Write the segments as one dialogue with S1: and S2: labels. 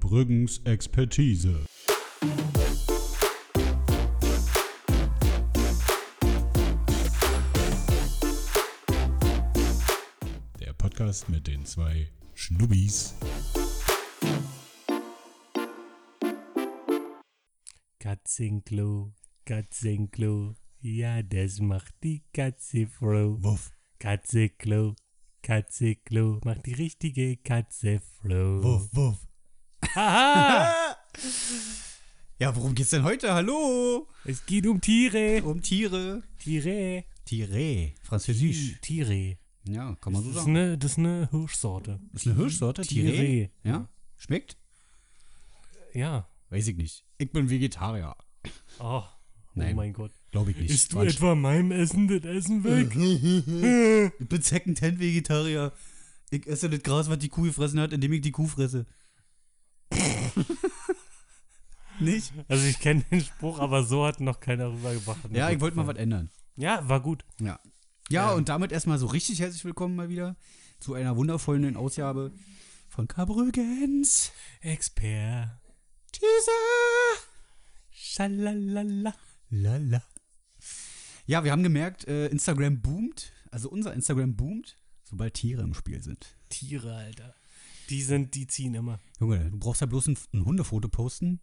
S1: Brüggens Expertise. Der Podcast mit den zwei Schnubbis.
S2: Katzenklo, Katzenklo, ja, das macht die Katze froh.
S1: Wuff,
S2: Katzenklo, Katzenklo, macht die richtige Katze froh.
S1: wuff, wuff.
S2: Haha,
S3: Ja, worum geht's denn heute? Hallo!
S2: es geht um Tiere.
S3: Um Tiere.
S2: Tiere.
S3: Tiere, französisch.
S2: Tiere.
S3: Ja, kann man so
S2: Das ist
S3: sagen.
S2: eine, das ist eine Hirschsorte.
S3: Ist eine Hirschsorte?
S2: Tiere.
S3: Ja? Schmeckt?
S2: Ja.
S3: Weiß ich nicht. Ich bin Vegetarier.
S2: Oh, oh
S3: Nein.
S2: mein Gott.
S3: Glaube ich Äh. nicht.
S2: Ist du
S3: Quatsch.
S2: etwa meinem Essen das Essen weg?
S3: Ich bin Secondhand-Vegetarier. Ich esse das Gras, was die Kuh gefressen hat, indem ich die Kuh fresse. nicht?
S2: Also ich kenne den Spruch, aber so hat noch keiner rübergebracht. Hat mir
S3: Ja,
S2: gut
S3: ich wollte mal was ändern.
S2: gefallen. Ja, war gut.
S3: Ja. Ja, und damit erstmal so richtig herzlich willkommen mal wieder zu einer wundervollen neuen Ausgabe von Kabrügens.
S2: Expert.
S3: Tschüss!
S2: Schalalala.
S3: Lala. Ja, wir haben gemerkt, äh, Instagram boomt. Also unser Instagram boomt, sobald Tiere im Spiel sind.
S2: Tiere, Alter. Die sind, die ziehen immer.
S3: Junge, du brauchst ja bloß ein, ein Hundefoto posten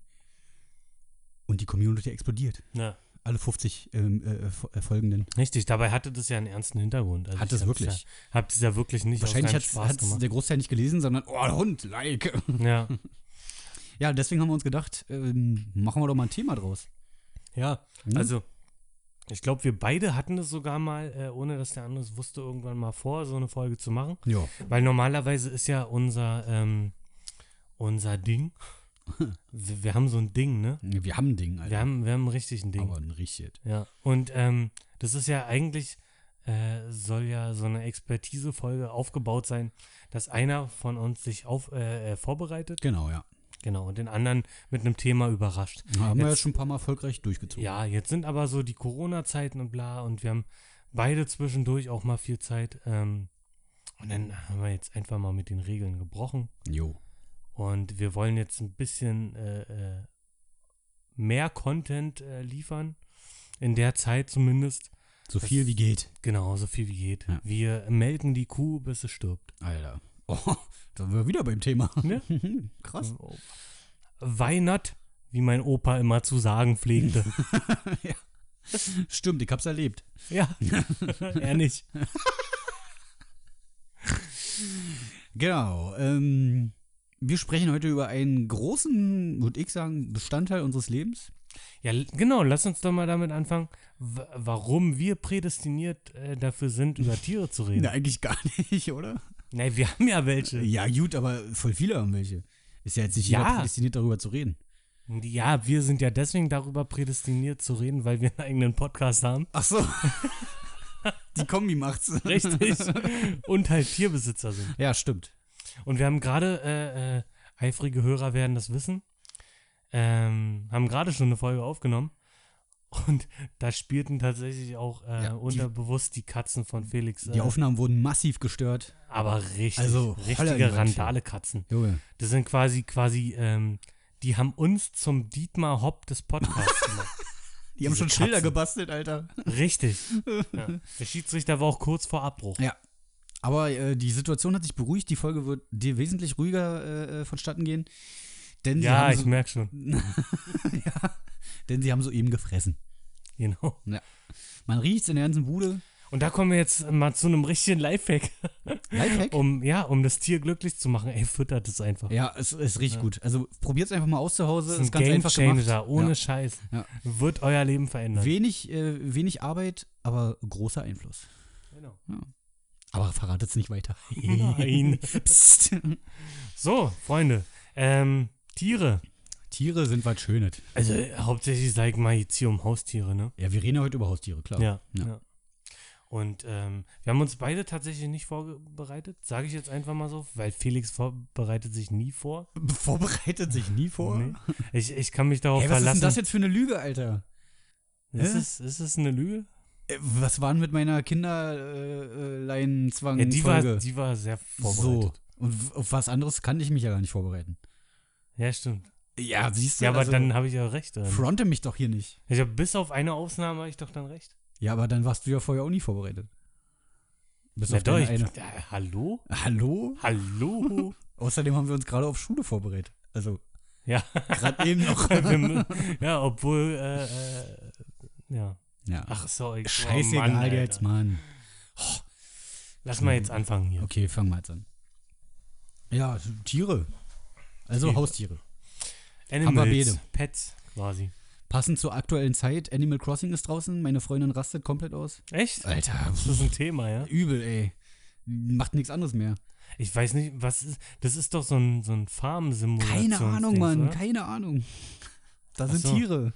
S3: und die Community explodiert.
S2: Na,
S3: Alle 50 ähm, äh, fo- äh, Folgenden.
S2: richtig. Dabei hatte das ja einen ernsten Hintergrund. Also
S3: Hat
S2: ich
S3: es
S2: hab's
S3: wirklich?
S2: Ja, hab das ja wirklich nicht
S3: Wahrscheinlich
S2: aus reinem Spaß
S3: hat es
S2: gemacht.
S3: der Großteil nicht gelesen, sondern, oh, Hund, like.
S2: Ja.
S3: Ja, deswegen haben wir uns gedacht, ähm, machen wir doch mal ein Thema draus.
S2: ja.
S3: Hm?
S2: Also, ich glaube, wir beide hatten es sogar mal, äh, ohne dass der andere es wusste, irgendwann mal vor, so eine Folge zu machen.
S3: Ja.
S2: Weil normalerweise ist ja unser, ähm, unser Ding. wir, wir haben so ein Ding, ne?
S3: Wir haben ein Ding, Alter.
S2: Wir haben, wir haben richtig ein Ding.
S3: aber ein richtiges.
S2: Ja, und ähm, das ist ja eigentlich, äh, soll ja so eine Expertise-Folge aufgebaut sein, dass einer von uns sich auf, äh, äh, vorbereitet,
S3: Genau, ja.
S2: genau, und den anderen mit einem Thema überrascht.
S3: Haben wir
S2: Jetzt-
S3: jetzt schon ein paar Mal erfolgreich durchgezogen.
S2: Ja, jetzt sind aber so die Corona-Zeiten und bla, und wir haben beide zwischendurch auch mal viel Zeit. Ähm, und dann haben wir jetzt einfach mal mit den Regeln gebrochen.
S3: Jo.
S2: Und wir wollen jetzt ein bisschen äh, äh, mehr Content äh, liefern. In der Zeit zumindest.
S3: So viel wie geht.
S2: Genau, so viel wie geht.
S3: Ja.
S2: Wir melken die Kuh, bis sie stirbt.
S3: Alter. Oh, da sind wir wieder beim Thema.
S2: Ne?
S3: Krass.
S2: Weinert, wie mein Opa immer zu sagen pflegte.
S3: Stimmt, ich hab's erlebt.
S2: ja, er nicht.
S3: Genau. Ähm, wir sprechen heute über einen großen, würde ich sagen, Bestandteil unseres Lebens.
S2: Ja, l- genau, lass uns doch mal damit anfangen, w- warum wir prädestiniert äh, dafür sind, über Tiere zu reden.
S3: Na, eigentlich gar nicht, oder?
S2: Nein, wir haben ja welche.
S3: Ja, gut, aber voll viele haben welche. Ist ja jetzt nicht jeder
S2: Ja.
S3: prädestiniert, darüber zu reden.
S2: Ja, wir sind ja deswegen darüber prädestiniert zu reden, weil wir einen eigenen Podcast haben.
S3: Ach so. Die Kombi macht's.
S2: Richtig. Und halt Tierbesitzer sind.
S3: Ja, stimmt.
S2: Und wir haben gerade, äh, äh, eifrige Hörer werden das wissen, ähm, haben gerade schon eine Folge aufgenommen. Und da spielten tatsächlich auch äh,
S3: Ja, die-
S2: unterbewusst die Katzen von Felix. Äh,
S3: Die Aufnahmen wurden massiv gestört.
S2: aber richtig,
S3: Also, holla die
S2: richtige
S3: Waldfee.
S2: Randale-Katzen.
S3: Junge.
S2: Das sind quasi, quasi, ähm, die haben uns zum Dietmar Hopp des Podcasts gemacht.
S3: Die haben
S2: Diese
S3: schon Schilder
S2: Katzen.
S3: gebastelt, Alter.
S2: Richtig. Ja. Der Schiedsrichter war auch kurz vor Abbruch.
S3: Ja. Aber äh, die Situation hat sich beruhigt. Die Folge wird dir wesentlich ruhiger äh, vonstatten gehen. Denn sie,
S2: Ja,
S3: haben
S2: ich
S3: so,
S2: merke schon.
S3: denn sie haben soeben gefressen.
S2: Genau.
S3: Man riecht's in der ganzen Bude.
S2: Und da kommen wir jetzt mal zu einem richtigen Lifehack.
S3: Lifehack.
S2: Um, ja, um das Tier glücklich zu machen, ey, füttert es einfach.
S3: Ja, es ist richtig gut. Also probiert's einfach mal aus zu Hause.
S2: das
S3: ist
S2: ist ein
S3: ganz
S2: Game
S3: einfach
S2: Changer,
S3: gemacht.
S2: ohne
S3: Ja.
S2: Scheiß.
S3: Ja.
S2: Wird euer Leben verändern.
S3: Wenig, äh, wenig Arbeit, aber großer Einfluss.
S2: Genau.
S3: Aber verratet's nicht weiter.
S2: Nein.
S3: Psst.
S2: So, Freunde. Ähm, Tiere.
S3: Tiere sind was Schönes.
S2: Also äh, hauptsächlich, sag ich mal, jetzt hier um Haustiere, ne?
S3: Ja, wir reden ja heute über Haustiere, klar.
S2: Ja. ja.
S3: Ja.
S2: Und ähm, wir haben uns beide tatsächlich nicht vorbereitet, sage ich jetzt einfach mal so, weil Felix vorbereitet sich nie vor.
S3: Vorbereitet sich nie vor.
S2: Nee. Ich, ich kann mich darauf
S3: Ey, was ist denn
S2: verlassen.
S3: das jetzt für eine Lüge, Alter?
S2: ist,
S3: Hä?
S2: es, ist es eine Lüge?
S3: Äh, Was waren mit meiner Kinderleinzwang?
S2: Ja, die war,
S3: Folge?
S2: die war sehr
S3: so.
S2: vorbereitet.
S3: Und w- auf was anderes kann ich mich ja gar nicht vorbereiten.
S2: Ja, stimmt.
S3: Ja, siehst du.
S2: Ja, aber
S3: also,
S2: dann habe ich ja recht. Oder? nicht?
S3: Fronte mich doch hier nicht.
S2: Ich habe bis auf eine Ausnahme habe ich doch dann recht.
S3: Ja, aber dann warst du ja vorher auch nie vorbereitet. Bis
S2: Na
S3: auf deine
S2: doch, ich,
S3: eine.
S2: ja, hallo?
S3: Hallo?
S2: Hallo?
S3: Außerdem haben wir uns gerade auf Schule vorbereitet. Also,
S2: ja.
S3: gerade eben noch.
S2: Wir mü- ja, obwohl, äh, äh, ja.
S3: Ja.
S2: Ach so, ich,
S3: Scheißegal
S2: oh Mann, Alter.
S3: jetzt, Mann.
S2: Lass mal jetzt anfangen hier.
S3: Okay, fangen wir jetzt an. Ja, Tiere. Also
S2: Okay.
S3: Haustiere.
S2: Animals,
S3: Haben wir beide.
S2: Pets quasi.
S3: Passend zur aktuellen Zeit. Animal Crossing ist draußen. Meine Freundin rastet komplett aus.
S2: Echt?
S3: Alter,
S2: Das ist ein Thema, ja?
S3: übel, ey. Macht nichts anderes mehr.
S2: Ich weiß nicht, was ist, das ist doch so ein, so ein Farm-Simulation.
S3: Keine Ahnung, Mann.
S2: Oder?
S3: Keine Ahnung. Da
S2: Ach
S3: sind
S2: so.
S3: Tiere.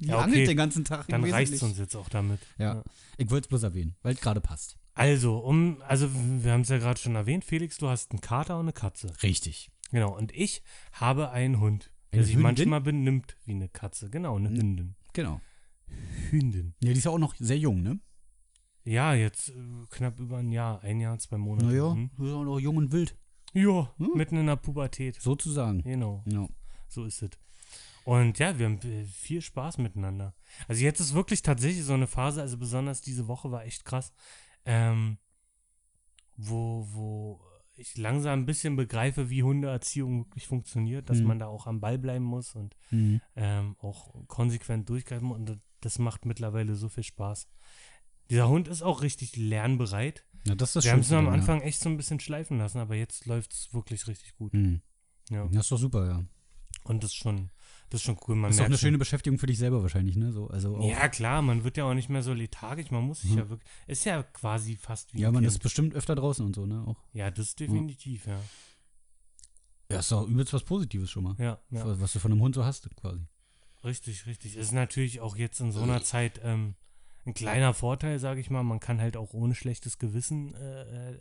S3: Die
S2: Ja, okay.
S3: angelt den ganzen Tag. im
S2: Dann reicht es
S3: Wesentlichen.
S2: uns jetzt auch damit.
S3: Ja. Ich wollte es bloß erwähnen, weil es gerade passt.
S2: Also, um, also wir haben es ja gerade schon erwähnt, Felix, du hast einen Kater und eine Katze.
S3: Richtig.
S2: Genau, und ich habe einen Hund, der
S3: Eine
S2: sich
S3: Hündin?
S2: manchmal benimmt wie eine Katze. Genau, eine
S3: Mhm.
S2: Hündin.
S3: Genau.
S2: Hündin.
S3: Ja, die ist ja auch noch sehr jung, ne?
S2: Ja, jetzt äh, knapp über ein Jahr, ein Jahr, zwei Monate.
S3: Naja,
S2: Hm?
S3: die ist auch noch jung und wild.
S2: Ja,
S3: Hm?
S2: mitten in der Pubertät.
S3: Sozusagen.
S2: Genau,
S3: Ja.
S2: so ist es. Und ja, wir haben äh, viel Spaß miteinander. Also jetzt ist wirklich tatsächlich so eine Phase, also besonders diese Woche war echt krass, ähm, wo, wo ich langsam ein bisschen begreife, wie Hundeerziehung wirklich funktioniert, dass
S3: Mhm.
S2: man da auch am Ball bleiben muss und
S3: Mhm.
S2: ähm, auch konsequent durchgreifen und das- das macht mittlerweile so viel Spaß. Dieser Hund ist auch richtig lernbereit.
S3: Na, das ist das
S2: Wir haben es
S3: Schönste
S2: nur am
S3: dann,
S2: Anfang echt so ein bisschen schleifen lassen, aber jetzt läuft es wirklich richtig gut.
S3: Ja. Mhm.
S2: Ja.
S3: Das ist doch super, ja.
S2: Und das ist schon, das ist schon cool. Man
S3: ist doch
S2: merkt
S3: eine
S2: schon-
S3: schöne Beschäftigung für dich selber wahrscheinlich, ne? So, also auch,
S2: Ja, klar, man wird ja auch nicht mehr so lethargisch, man muss sich
S3: Mhm.
S2: ja wirklich. Ist ja quasi fast wie
S3: ja,
S2: ein
S3: man
S2: Kind.
S3: ist bestimmt öfter draußen und so, ne? Auch.
S2: Ja, das definitiv, ja.
S3: Ja, ist doch übelst was Positives schon mal.
S2: Ja, ja.
S3: Was du von einem Hund so hast, quasi.
S2: Richtig, richtig. Ist natürlich auch jetzt in so
S3: Also
S2: einer Zeit ähm, ein kleiner Vorteil, sage ich mal. Man kann halt auch ohne schlechtes Gewissen äh, äh,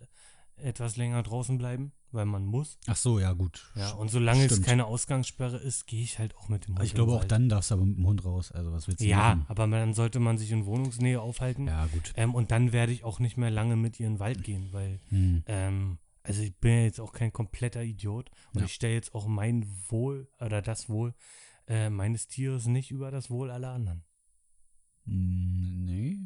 S2: etwas länger draußen bleiben, weil man muss.
S3: Ach so, ja, gut.
S2: Ja, und solange es
S3: stimmt.
S2: keine Ausgangssperre ist, gehe ich halt auch mit dem Hund.
S3: ich glaube,
S2: in den
S3: auch
S2: Wald.
S3: dann darfst du aber mit dem Hund raus. Also, was willst du
S2: Ja,
S3: machen?
S2: aber man- dann sollte man sich in Wohnungsnähe aufhalten.
S3: Ja, gut.
S2: Ähm, und dann werde ich auch nicht mehr lange mit ihr in den Wald gehen, weil
S3: Hm.
S2: Ähm, also ich bin ja jetzt auch kein kompletter Idiot und
S3: Ja.
S2: ich stelle jetzt auch mein Wohl oder das Wohl äh, meines Tieres nicht über das Wohl aller anderen.
S3: Hm, Nee.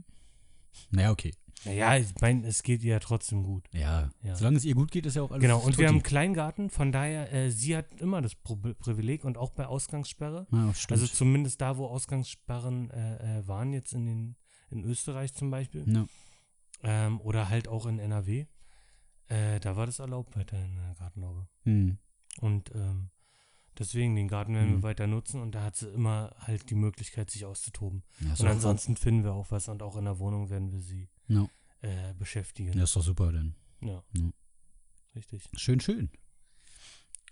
S3: Naja, okay.
S2: Naja, ich meine, es geht ihr ja trotzdem gut.
S3: Ja.
S2: Ja.
S3: Solange es ihr gut geht, ist ja auch alles
S2: genau, und wir haben einen
S3: tutti.
S2: Kleingarten, von daher, äh, sie hat immer das Pro Privileg und auch bei Ausgangssperre.
S3: Ja, stimmt.
S2: Also zumindest da, wo Ausgangssperren äh, äh, waren, jetzt in, den, in Österreich zum Beispiel
S3: ja.
S2: ähm, oder halt auch in NRW, äh, da war das erlaubt weiterhin in der Gartenlaube.
S3: Hm.
S2: Und ähm, deswegen, den Garten werden
S3: Mhm.
S2: wir weiter nutzen und da hat sie immer halt die Möglichkeit, sich auszutoben.
S3: Ja, ist
S2: und
S3: doch-
S2: ansonsten finden wir auch was und auch in der Wohnung werden wir sie
S3: Ja.
S2: äh, beschäftigen.
S3: Ja, ist doch super dann.
S2: Ja.
S3: Ja.
S2: Richtig.
S3: Schön, schön.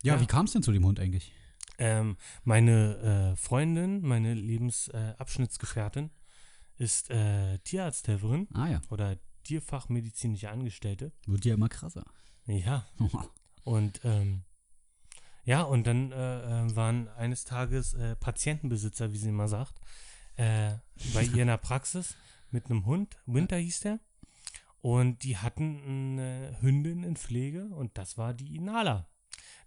S3: Ja,
S2: Ja.
S3: wie kam es denn zu dem Hund eigentlich?
S2: Ähm, meine äh, Freundin, meine Lebensabschnittsgefährtin äh, Abschnittsgefährtin ist äh, Tierarzthelferin
S3: Ah ja,
S2: oder tierfachmedizinische Angestellte.
S3: wird ja immer krasser.
S2: Ja, Und ähm, ja, und dann äh, äh, waren eines Tages äh, Patientenbesitzer, wie sie immer sagt, äh, bei ihr in der Praxis mit einem Hund, Winter hieß der. Und die hatten eine Hündin in Pflege und das war die Inala.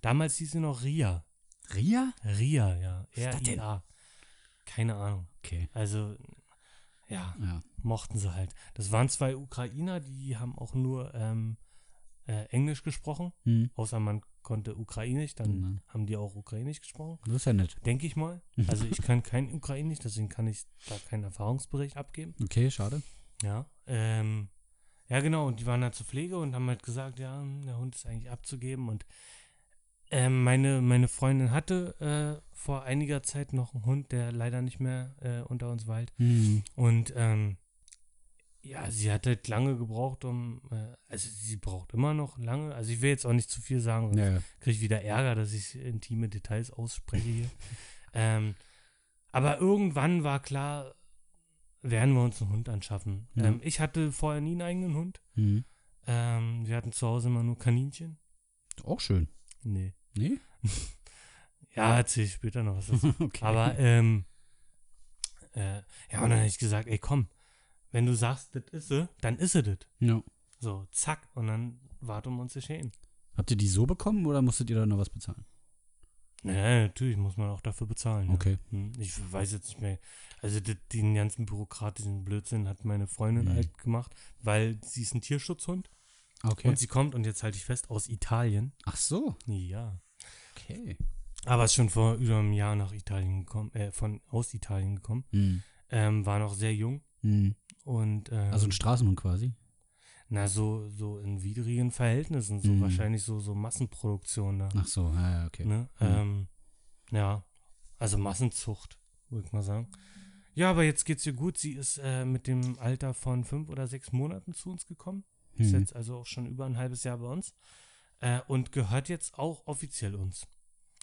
S2: Damals hieß sie noch Ria.
S3: Ria?
S2: Ria, ja.
S3: ist das denn?
S2: R-I-A. Keine Ahnung.
S3: Okay.
S2: Also, ja
S3: Ja.
S2: mochten sie halt. Das waren zwei Ukrainer, die haben auch nur ähm, äh, Englisch gesprochen,
S3: Hm.
S2: außer man konnte Ukrainisch, dann
S3: Mhm.
S2: haben die auch Ukrainisch gesprochen,
S3: Das ist ja nett.
S2: denke ich mal.
S3: Mhm.
S2: Also ich kann kein Ukrainisch, deswegen kann ich da keinen Erfahrungsbericht abgeben.
S3: Okay, schade.
S2: Ja, ähm, ja genau, und die waren da zur Pflege und haben halt gesagt, ja, der Hund ist eigentlich abzugeben und ähm, meine, meine Freundin hatte äh, vor einiger Zeit noch einen Hund, der leider nicht mehr äh, unter uns weilt.
S3: Hm.
S2: Und ähm, ja, sie hat halt lange gebraucht, um, äh, also sie braucht immer noch lange. Also ich will jetzt auch nicht zu viel sagen, sonst
S3: Ja,
S2: kriege ich wieder Ärger, dass ich intime Details ausspreche hier. ähm, aber irgendwann war klar, werden wir uns einen Hund anschaffen.
S3: Ja.
S2: Ähm, ich hatte vorher nie einen eigenen Hund.
S3: hm.
S2: Ähm, wir hatten zu Hause immer nur Kaninchen.
S3: Auch schön.
S2: Nee.
S3: Nee?
S2: Ja, erzähl ich später noch was dazu.
S3: okay.
S2: Aber, ähm, äh, ja, und dann habe ich gesagt, ey, komm, wenn du sagst, das ist sie, dann ist sie das.
S3: Ja.
S2: So, zack, und dann war es um uns geschehen.
S3: Habt ihr die so bekommen oder musstet ihr da noch was bezahlen?
S2: Naja, natürlich muss man auch dafür bezahlen. ja.
S3: Okay.
S2: Hm, Ich weiß jetzt nicht mehr. Also die- den ganzen bürokratischen Blödsinn hat meine Freundin
S3: Hm.
S1: Mhm.
S2: halt gemacht, weil sie ist ein Tierschutzhund
S3: Okay.
S2: und sie kommt, und jetzt halte ich fest, aus Italien.
S3: Ach so.
S2: Ja.
S3: Okay.
S2: Aber ist schon vor über einem Jahr nach Italien gekommen, äh, von aus Italien gekommen.
S3: Mhm.
S2: Ähm, war noch sehr jung
S3: Mhm.
S2: und ähm,
S3: Also ein Straßenhund quasi.
S2: na so so in widrigen Verhältnissen, so
S3: Mhm.
S2: wahrscheinlich so so Massenproduktion da.
S3: Ach so, ja, ja, okay. Mhm.
S2: Ne? Ähm, ja, also Massenzucht, würde ich mal sagen. Ja, aber jetzt geht's ihr gut. Sie ist äh, mit dem Alter von fünf oder sechs Monaten zu uns gekommen. Ist
S3: Mhm.
S2: jetzt also auch schon über ein halbes Jahr bei uns. Äh, und gehört jetzt auch offiziell uns.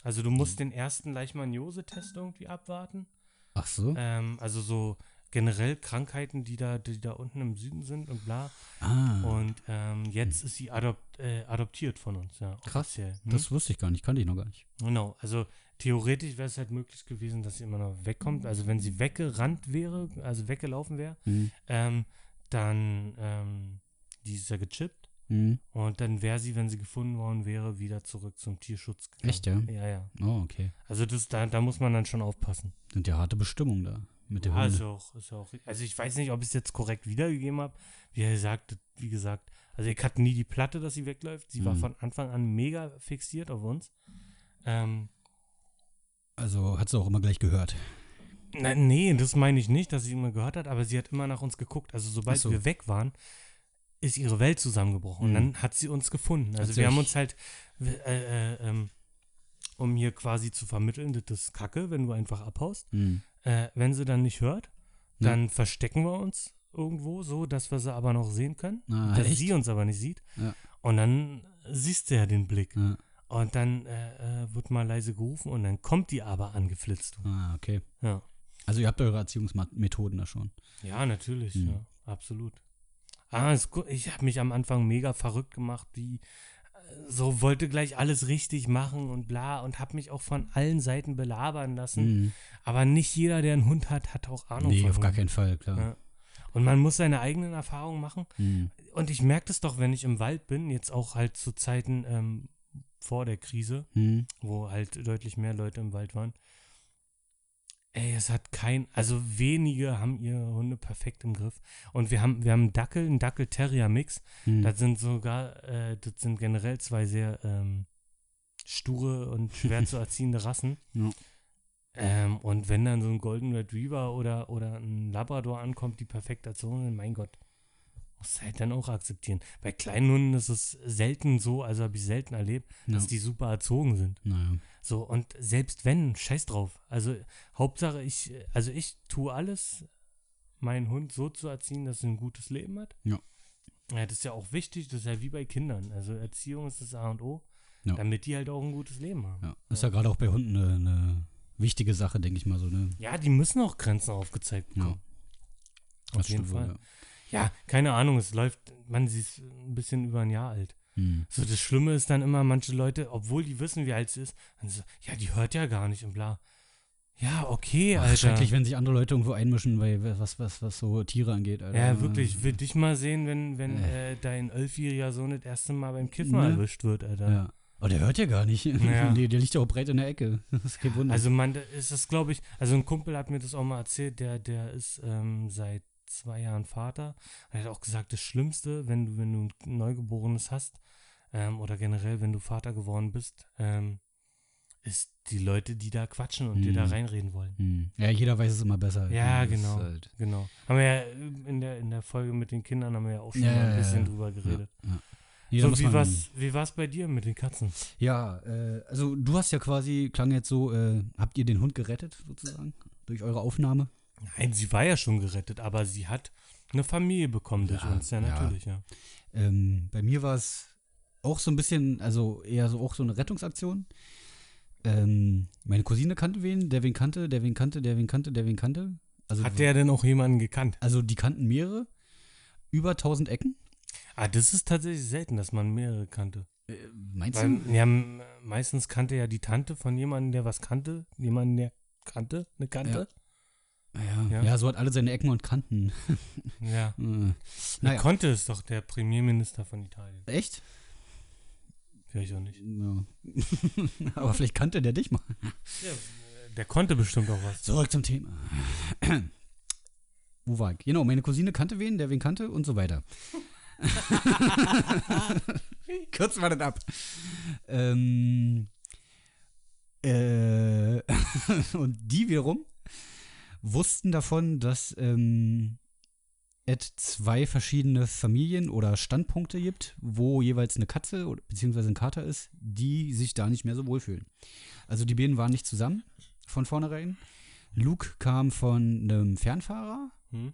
S2: Also du musst
S3: Mhm.
S2: den ersten Leishmaniose-Test irgendwie abwarten.
S3: Ach so.
S2: Ähm, also so generell Krankheiten, die da, die da unten im Süden sind und bla.
S3: ah,
S2: Und ähm, jetzt ist sie adopt, äh, adoptiert von uns, ja.
S3: Krass,
S2: Offiziell, hm?
S3: das wusste ich gar nicht, kannte ich noch gar nicht.
S2: Genau, also theoretisch wäre es halt möglich gewesen, dass sie immer noch wegkommt. Also wenn sie weggerannt wäre, also weggelaufen wäre,
S3: Mhm.
S2: ähm, dann ähm, die ist ja gechippt
S3: Mhm.
S2: und dann wäre sie, wenn sie gefunden worden wäre, wieder zurück zum Tierschutz gegangen.
S3: Echt, ja?
S2: Ja, ja.
S3: Oh, okay.
S2: Also das, da, da muss man dann schon aufpassen.
S3: Sind ja harte Bestimmungen da mit dem
S2: ja, ist
S3: Hund.
S2: ja auch, ist ja auch. Also ich weiß nicht, ob ich es jetzt korrekt wiedergegeben habe. Wie gesagt, wie gesagt, also ich hatte nie die Platte, dass sie wegläuft. Sie war
S3: Mhm.
S2: von Anfang an mega fixiert auf uns. Ähm,
S3: Also hat sie auch immer gleich gehört.
S2: Na, nee, das meine ich nicht, dass sie immer gehört hat, aber sie hat immer nach uns geguckt. Also sobald
S3: Ach so.
S2: wir weg waren, ist ihre Welt zusammengebrochen. Und
S3: Mhm.
S2: dann hat sie uns gefunden. Also
S3: sie
S2: wir haben
S3: euch-
S2: uns halt, äh, äh, ähm, um hier quasi zu vermitteln, das ist Kacke, wenn du einfach abhaust.
S3: Mhm.
S2: Äh, wenn sie dann nicht hört,
S3: Ja.
S2: dann verstecken wir uns irgendwo so, dass wir sie aber noch sehen können.
S3: Ah,
S2: dass
S3: echt?
S2: sie uns aber nicht sieht.
S3: Ja.
S2: Und dann siehst du ja den Blick.
S3: Ja.
S2: Und dann äh, äh, wird mal leise gerufen und dann kommt die aber angeflitzt.
S3: Ah, okay.
S2: Ja.
S3: Also ihr habt eure Erziehungsmethoden da schon.
S2: Ja, natürlich,
S3: Mhm.
S2: ja, absolut. Ah, ist gut. Ich habe mich am Anfang mega verrückt gemacht, die äh, so wollte gleich alles richtig machen und bla und habe mich auch von allen Seiten belabern lassen.
S3: Mhm.
S2: Aber nicht jeder, der einen Hund hat, hat Hm. auch Ahnung
S3: Nee,
S2: von
S3: auf gar
S2: Hunden.
S3: keinen Fall, klar.
S2: Ja. Und man muss seine eigenen Erfahrungen machen.
S3: Mhm.
S2: Und ich merke das doch, wenn ich im Wald bin, jetzt auch halt zu Zeiten ähm, vor der Krise,
S3: Mhm.
S2: wo halt deutlich mehr Leute im Wald waren. Ey, es hat kein, also wenige haben ihre Hunde perfekt im Griff. Und wir haben, wir haben einen Dackel, einen Dackel-Terrier-Mix.
S3: Mhm.
S2: Das sind sogar, äh, das sind generell zwei sehr ähm, sture und schwer zu erziehende Rassen.
S3: Ja.
S2: Ähm, und wenn dann so ein Golden Retriever oder, oder ein Labrador ankommt, die perfekt erzogen sind, mein Gott, musst du halt dann auch akzeptieren. Bei kleinen Hunden ist es selten so, also habe ich selten erlebt,
S3: ja.
S2: dass die super erzogen sind.
S3: naja.
S2: So, und selbst wenn, scheiß drauf. Also, Hauptsache, ich, also ich tue alles, meinen Hund so zu erziehen, dass er ein gutes Leben hat.
S3: Ja.
S2: ja. Das ist ja auch wichtig, das ist ja wie bei Kindern. Also, Erziehung ist das A und O,
S3: Ja.
S2: damit die halt auch ein gutes Leben haben.
S3: ja. Ist ja gerade auch bei Hunden eine, eine wichtige Sache, denke ich mal so. Ne?
S2: Ja, die müssen auch Grenzen aufgezeigt
S3: Ja.
S2: bekommen.
S3: Das
S2: Auf jeden
S3: stimmt wohl,
S2: Fall. Ja, keine Ahnung, es läuft, man, sie ist ein bisschen über ein Jahr alt.
S3: ja. Mhm.
S2: So, das Schlimme ist dann immer, manche Leute, obwohl die wissen, wie alt sie ist, dann so, ja, die hört ja gar nicht und bla. Ja, okay,
S3: Ach,
S2: Alter.
S3: schrecklich, wenn sich andere Leute irgendwo einmischen, weil was, was, was so Tiere angeht. Alter. äh,
S2: Ja, wirklich. Ich will dich mal sehen, wenn, wenn äh, dein elfjähriger Sohn das erste Mal beim Kiffen
S3: Ne?
S2: erwischt wird, Alter.
S3: Ja. Aber der hört ja gar nicht.
S2: Ja.
S3: Nee, der liegt ja auch breit in der Ecke. Das ist kein Wunder.
S2: Also man, da ist das, glaube ich, also ein Kumpel hat mir das auch mal erzählt, der, der ist ähm, seit zwei Jahren Vater. Er hat auch gesagt, das Schlimmste, wenn du, wenn du ein Neugeborenes hast, ähm, oder generell, wenn du Vater geworden bist, ähm, ist die Leute, die da quatschen und dir da
S3: Mhm.
S2: reinreden wollen.
S3: Hm. Ja, jeder weiß es immer besser.
S2: Ja,
S3: Das ist
S2: genau.
S3: Halt,
S2: Genau. Haben wir ja in der, in der Folge mit den Kindern haben wir ja auch schon
S3: Ja,
S2: mal
S3: ja,
S2: ein
S3: ja,
S2: bisschen
S3: ja.
S2: drüber geredet.
S3: Nee, da
S2: so,
S3: muss
S2: wie
S3: man-
S2: war's, wie war's bei dir mit den Katzen?
S3: Ja, äh, also du hast ja quasi, klang jetzt so, äh, habt ihr den Hund gerettet sozusagen durch eure Aufnahme?
S2: Nein, sie war ja schon gerettet, aber sie hat eine Familie bekommen durch
S3: Ja,
S2: uns, ja,
S3: ja.
S2: natürlich, ja.
S3: Ähm, bei mir war es auch so ein bisschen, also eher so auch so eine Rettungsaktion. Ähm, meine Cousine kannte wen, der wen kannte, der wen kannte, der wen kannte, der wen kannte. Also,
S2: Hat der denn auch jemanden gekannt?
S3: also die kannten mehrere, über 1000 Ecken.
S2: Ah, das ist tatsächlich selten, dass man mehrere kannte.
S3: Äh, meinst
S2: Weil,
S3: du?
S2: ja, m- meistens kannte ja die Tante von jemandem, der was kannte, jemanden, der kannte, eine Kante.
S3: Ja,
S2: Ja.
S3: ja. so hat alle seine Ecken und Kanten.
S2: Ja.
S3: Äh,
S2: Der
S3: naja,
S2: Conte ist doch der Premierminister von Italien.
S3: echt?
S2: Vielleicht auch nicht.
S3: Ja. Aber vielleicht kannte der dich mal.
S2: Der konnte bestimmt auch was.
S3: Zurück zum Thema. Wo war ich? Genau, meine Cousine kannte wen, der wen kannte und so weiter. Kürzen wir das ab. Ähm, äh, und die wiederum wussten davon, dass ähm, es zwei verschiedene Familien oder Standpunkte gibt, wo jeweils eine Katze oder- beziehungsweise ein Kater ist, die sich da nicht mehr so wohlfühlen. Also die beiden waren nicht zusammen von vornherein. Luke kam von einem Fernfahrer,
S2: Hm?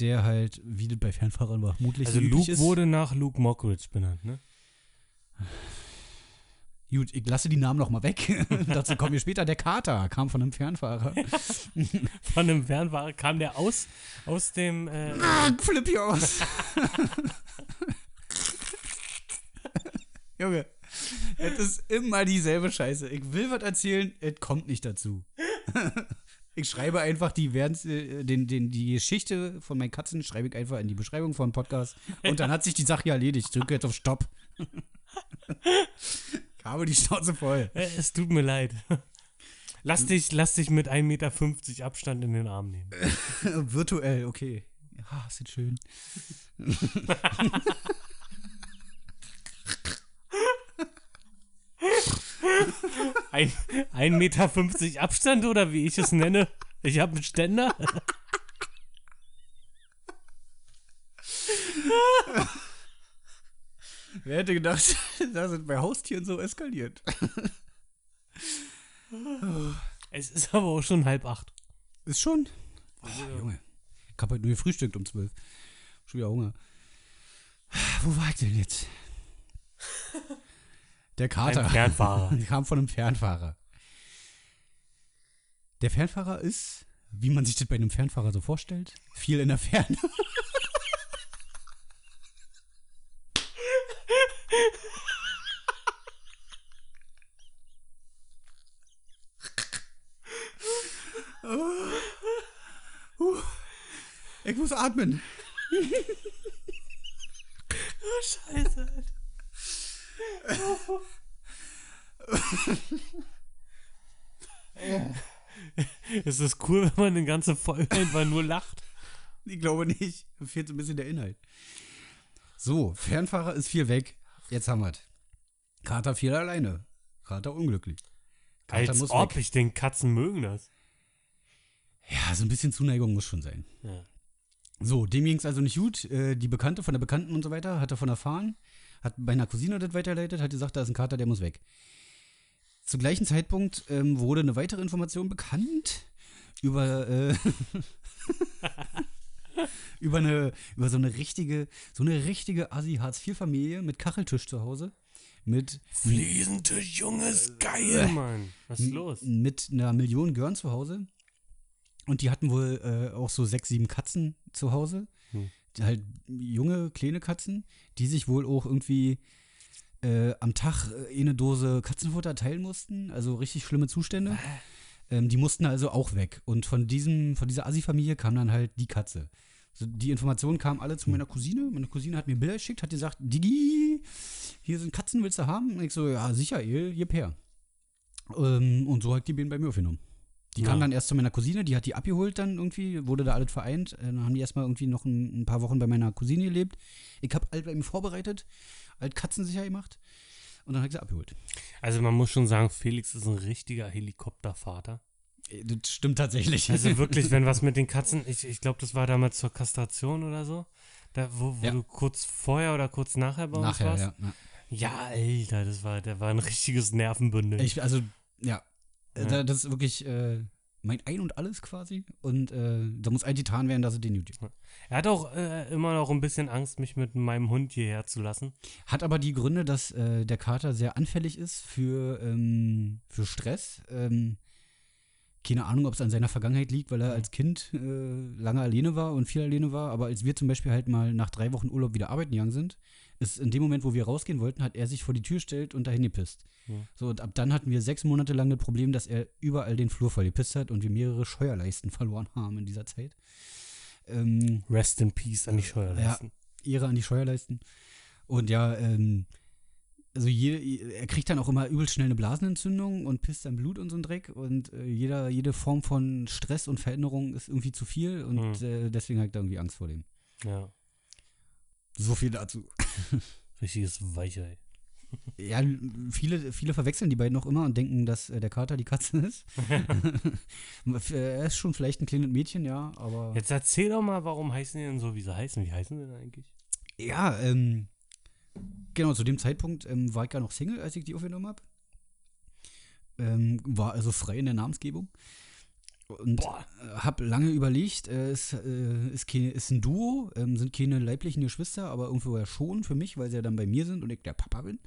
S3: der halt, wie das bei Fernfahrern war, vermutlich
S2: Also
S3: so üblich
S2: Luke
S3: ist.
S2: wurde nach Luke Mockridge benannt, ne?
S3: Gut, ich lasse die Namen noch mal weg. Dazu kommen wir später. Der Kater kam von einem Fernfahrer.
S2: Von dem Fernfahrer kam der aus, aus dem, äh,
S3: Flipp hier aus. Junge, es ist immer dieselbe Scheiße. Ich will was erzählen, es kommt nicht dazu. ich schreibe einfach die, werden's, äh, den, den, die Geschichte von meinen Katzen schreibe ich einfach in die Beschreibung vom Podcast und dann hat sich die Sache erledigt. Ich drücke jetzt auf Stopp. ich habe die Schnauze voll.
S2: äh, es tut mir leid. Lass dich, lass dich mit 1,50 Meter Abstand in den Arm nehmen.
S3: Virtuell, okay. Ja, ist jetzt schön.
S2: Ein- 1,50 Meter Abstand oder wie ich es nenne. Ich habe einen Ständer.
S3: Wer hätte gedacht, dass es bei Haustieren so eskaliert?
S2: Es ist aber auch schon halb acht.
S3: Ist schon. Oh, Junge. Ich hab heute nur gefrühstückt um zwölf. Schon wieder Hunger. Wo war ich denn jetzt? Der
S2: Ein
S3: Kater.
S2: Fernfahrer.
S3: Die kam von einem Fernfahrer. Der Fernfahrer ist, wie man sich das bei einem Fernfahrer so vorstellt, viel in der Ferne. Huh. Ich muss atmen.
S2: Scheiße, Alter. Es ist cool, wenn man eine ganze Folge einfach nur lacht.
S3: Ich glaube nicht. Mir fehlt so ein bisschen der Inhalt. So, Fernfahrer ist viel weg. Jetzt haben wir's. Kater viel alleine. Kater unglücklich. Kater
S2: Als
S3: muss
S2: ob
S3: weg.
S2: ich den Katzen mögen das.
S3: Ja, so ein bisschen Zuneigung muss schon sein.
S2: Ja.
S3: So, dem ging's also nicht gut. Äh, die Bekannte von der Bekannten und so weiter hat davon erfahren, hat bei einer Cousine das weitergeleitet, hat gesagt, da ist ein Kater, der muss weg. Zum gleichen Zeitpunkt ähm, wurde eine weitere Information bekannt über, äh, über, eine, über so eine richtige, so eine richtige Assi-Hartz-IV-Familie mit Kacheltisch zu Hause. Mit,
S2: Fliesentisch, Junges, geil, Mann. Was ist los?
S3: mit einer Million Görn zu Hause. Und die hatten wohl äh, auch so sechs, sieben Katzen zu Hause.
S2: Hm.
S3: Die Halt junge, kleine Katzen, die sich wohl auch irgendwie äh, am Tag äh, eine Dose Katzenfutter teilen mussten. Also richtig schlimme Zustände. Ähm, die mussten also auch weg. Und von, diesem, von dieser Assi-Familie kam dann halt die Katze. So, die Informationen kamen alle zu meiner Cousine. Meine Cousine hat mir Bilder geschickt, hat gesagt, Digi, hier sind Katzen, willst du haben? Und ich so, ja, sicher, ihr, gib her. Ähm, und so hat die Bienen bei mir aufgenommen. Die
S2: Ja.
S3: kam dann erst zu meiner Cousine, die hat die abgeholt dann irgendwie, wurde da alles vereint. Äh, Dann haben die erstmal irgendwie noch ein, ein paar Wochen bei meiner Cousine gelebt. Ich habe alt bei ihm vorbereitet, alt katzensicher gemacht. Und dann habe ich sie abgeholt.
S2: Also man muss schon sagen, Felix ist ein richtiger Helikoptervater.
S3: Äh, Das stimmt tatsächlich.
S2: Also wirklich, wenn was mit den Katzen, ich, ich glaube, das war damals zur Kastration oder so, da, wo, wo
S3: Ja.
S2: du kurz vorher oder kurz nachher bei uns
S3: Nachher,
S2: warst.
S3: ja. ja.
S2: Ja, Alter, das war, der war ein richtiges Nervenbündel.
S3: Ich, also, ja. Äh,
S2: Ja.
S3: Da, das ist wirklich äh, mein Ein und Alles quasi. Und äh, da muss ein Titan werden, dass er den YouTube.
S2: er hat auch äh, immer noch ein bisschen Angst, mich mit meinem Hund hierher zu lassen.
S3: Hat aber die Gründe, dass äh, der Kater sehr anfällig ist für, ähm, für Stress. Ähm, keine Ahnung, ob es an seiner Vergangenheit liegt, weil er als Kind äh, lange alleine war und viel alleine war. Aber als wir zum Beispiel halt mal nach drei Wochen Urlaub wieder arbeiten gegangen sind, ist in dem Moment, wo wir rausgehen wollten, hat er sich vor die Tür gestellt und dahin gepisst.
S2: Mhm.
S3: So, und ab dann hatten wir sechs Monate lang das Problem, dass er überall den Flur voll gepisst hat und wir mehrere Scheuerleisten verloren haben in dieser Zeit. Ähm,
S2: Rest in Peace an die Scheuerleisten.
S3: Ehre an die Scheuerleisten. Und ja, ähm, also je, er kriegt dann auch immer übel schnell eine Blasenentzündung und pisst dann Blut und so ein Dreck und äh, jeder, jede Form von Stress und Veränderung ist irgendwie zu viel und äh, deswegen habe ich da irgendwie Angst vor dem.
S2: Ja.
S3: So viel dazu.
S2: Richtiges Weichei.
S3: Ja, viele, viele verwechseln die beiden auch immer und denken, dass äh, der Kater die Katze ist. äh, er ist schon vielleicht ein kleines Mädchen, ja, aber.
S2: Jetzt erzähl doch mal, warum heißen die denn so, wie sie heißen? Wie heißen sie denn eigentlich?
S3: Ja, ähm, genau, zu dem Zeitpunkt ähm, war ich ja noch Single, als ich die aufgenommen habe. Ähm, war also frei in der Namensgebung. Und
S2: Boah.
S3: habe lange überlegt, äh, es äh, ist, keine, ist ein Duo, ähm, sind keine leiblichen Geschwister, aber irgendwo ja schon für mich, weil sie ja dann bei mir sind und ich der Papa bin.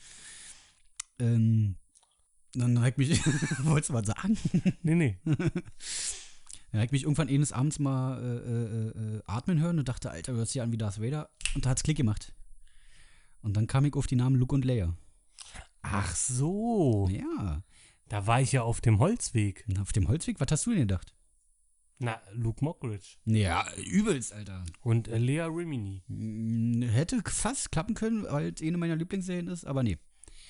S3: Ähm, dann hab ich mich, wolltest du was sagen?
S2: Nee, nee.
S3: Dann hab ich mich irgendwann eines Abends mal äh, äh, äh, atmen hören und dachte, Alter, hört sich an wie Darth Vader. Und da hat's Klick gemacht. Und dann kam ich auf die Namen Luke und Leia.
S2: Ach so.
S3: Ja.
S2: Da war ich ja auf dem Holzweg.
S3: Und auf dem Holzweg, was hast du denn gedacht?
S2: Na, Luke Mockridge.
S3: Ja, übelst, Alter.
S2: Und äh, Lea Rimini.
S3: Mm, Hätte fast klappen können, weil es eine meiner Lieblingsserien ist, aber nee.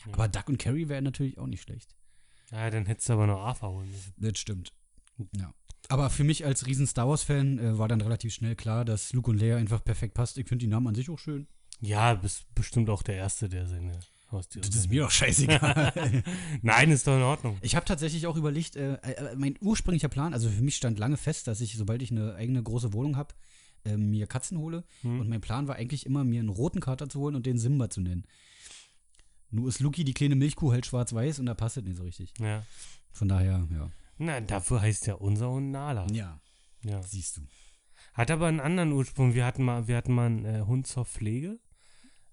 S2: Ja.
S3: Aber Duck und Carrie wären natürlich auch nicht schlecht.
S2: Ja, Ah, dann hättest du aber noch AFA holen müssen.
S3: Das stimmt. Ja. Aber für mich als riesen Star Wars-Fan äh, war dann relativ schnell klar, dass Luke und Leia einfach perfekt passt. Ich finde die Namen an sich auch schön.
S2: Ja, bist bestimmt auch der Erste, der seine Haustiere.
S3: Das ist mir doch scheißegal.
S2: Nein, ist doch in Ordnung.
S3: ich habe tatsächlich auch überlegt, äh, äh, mein ursprünglicher Plan, also für mich stand lange fest, dass ich, sobald ich eine eigene große Wohnung habe, äh, mir Katzen hole.
S2: Hm.
S3: Und mein Plan war eigentlich immer, mir einen roten Kater zu holen und den Simba zu nennen. Nur ist Luki die kleine Milchkuh halt schwarz-weiß und da passt es nicht so richtig.
S2: Ja.
S3: Von daher, ja.
S2: Na, dafür heißt ja unser Hund Nala.
S3: Ja,
S2: Ja.
S3: siehst du.
S2: Hat aber einen anderen Ursprung. Wir hatten mal, wir hatten mal einen äh, Hund zur Pflege.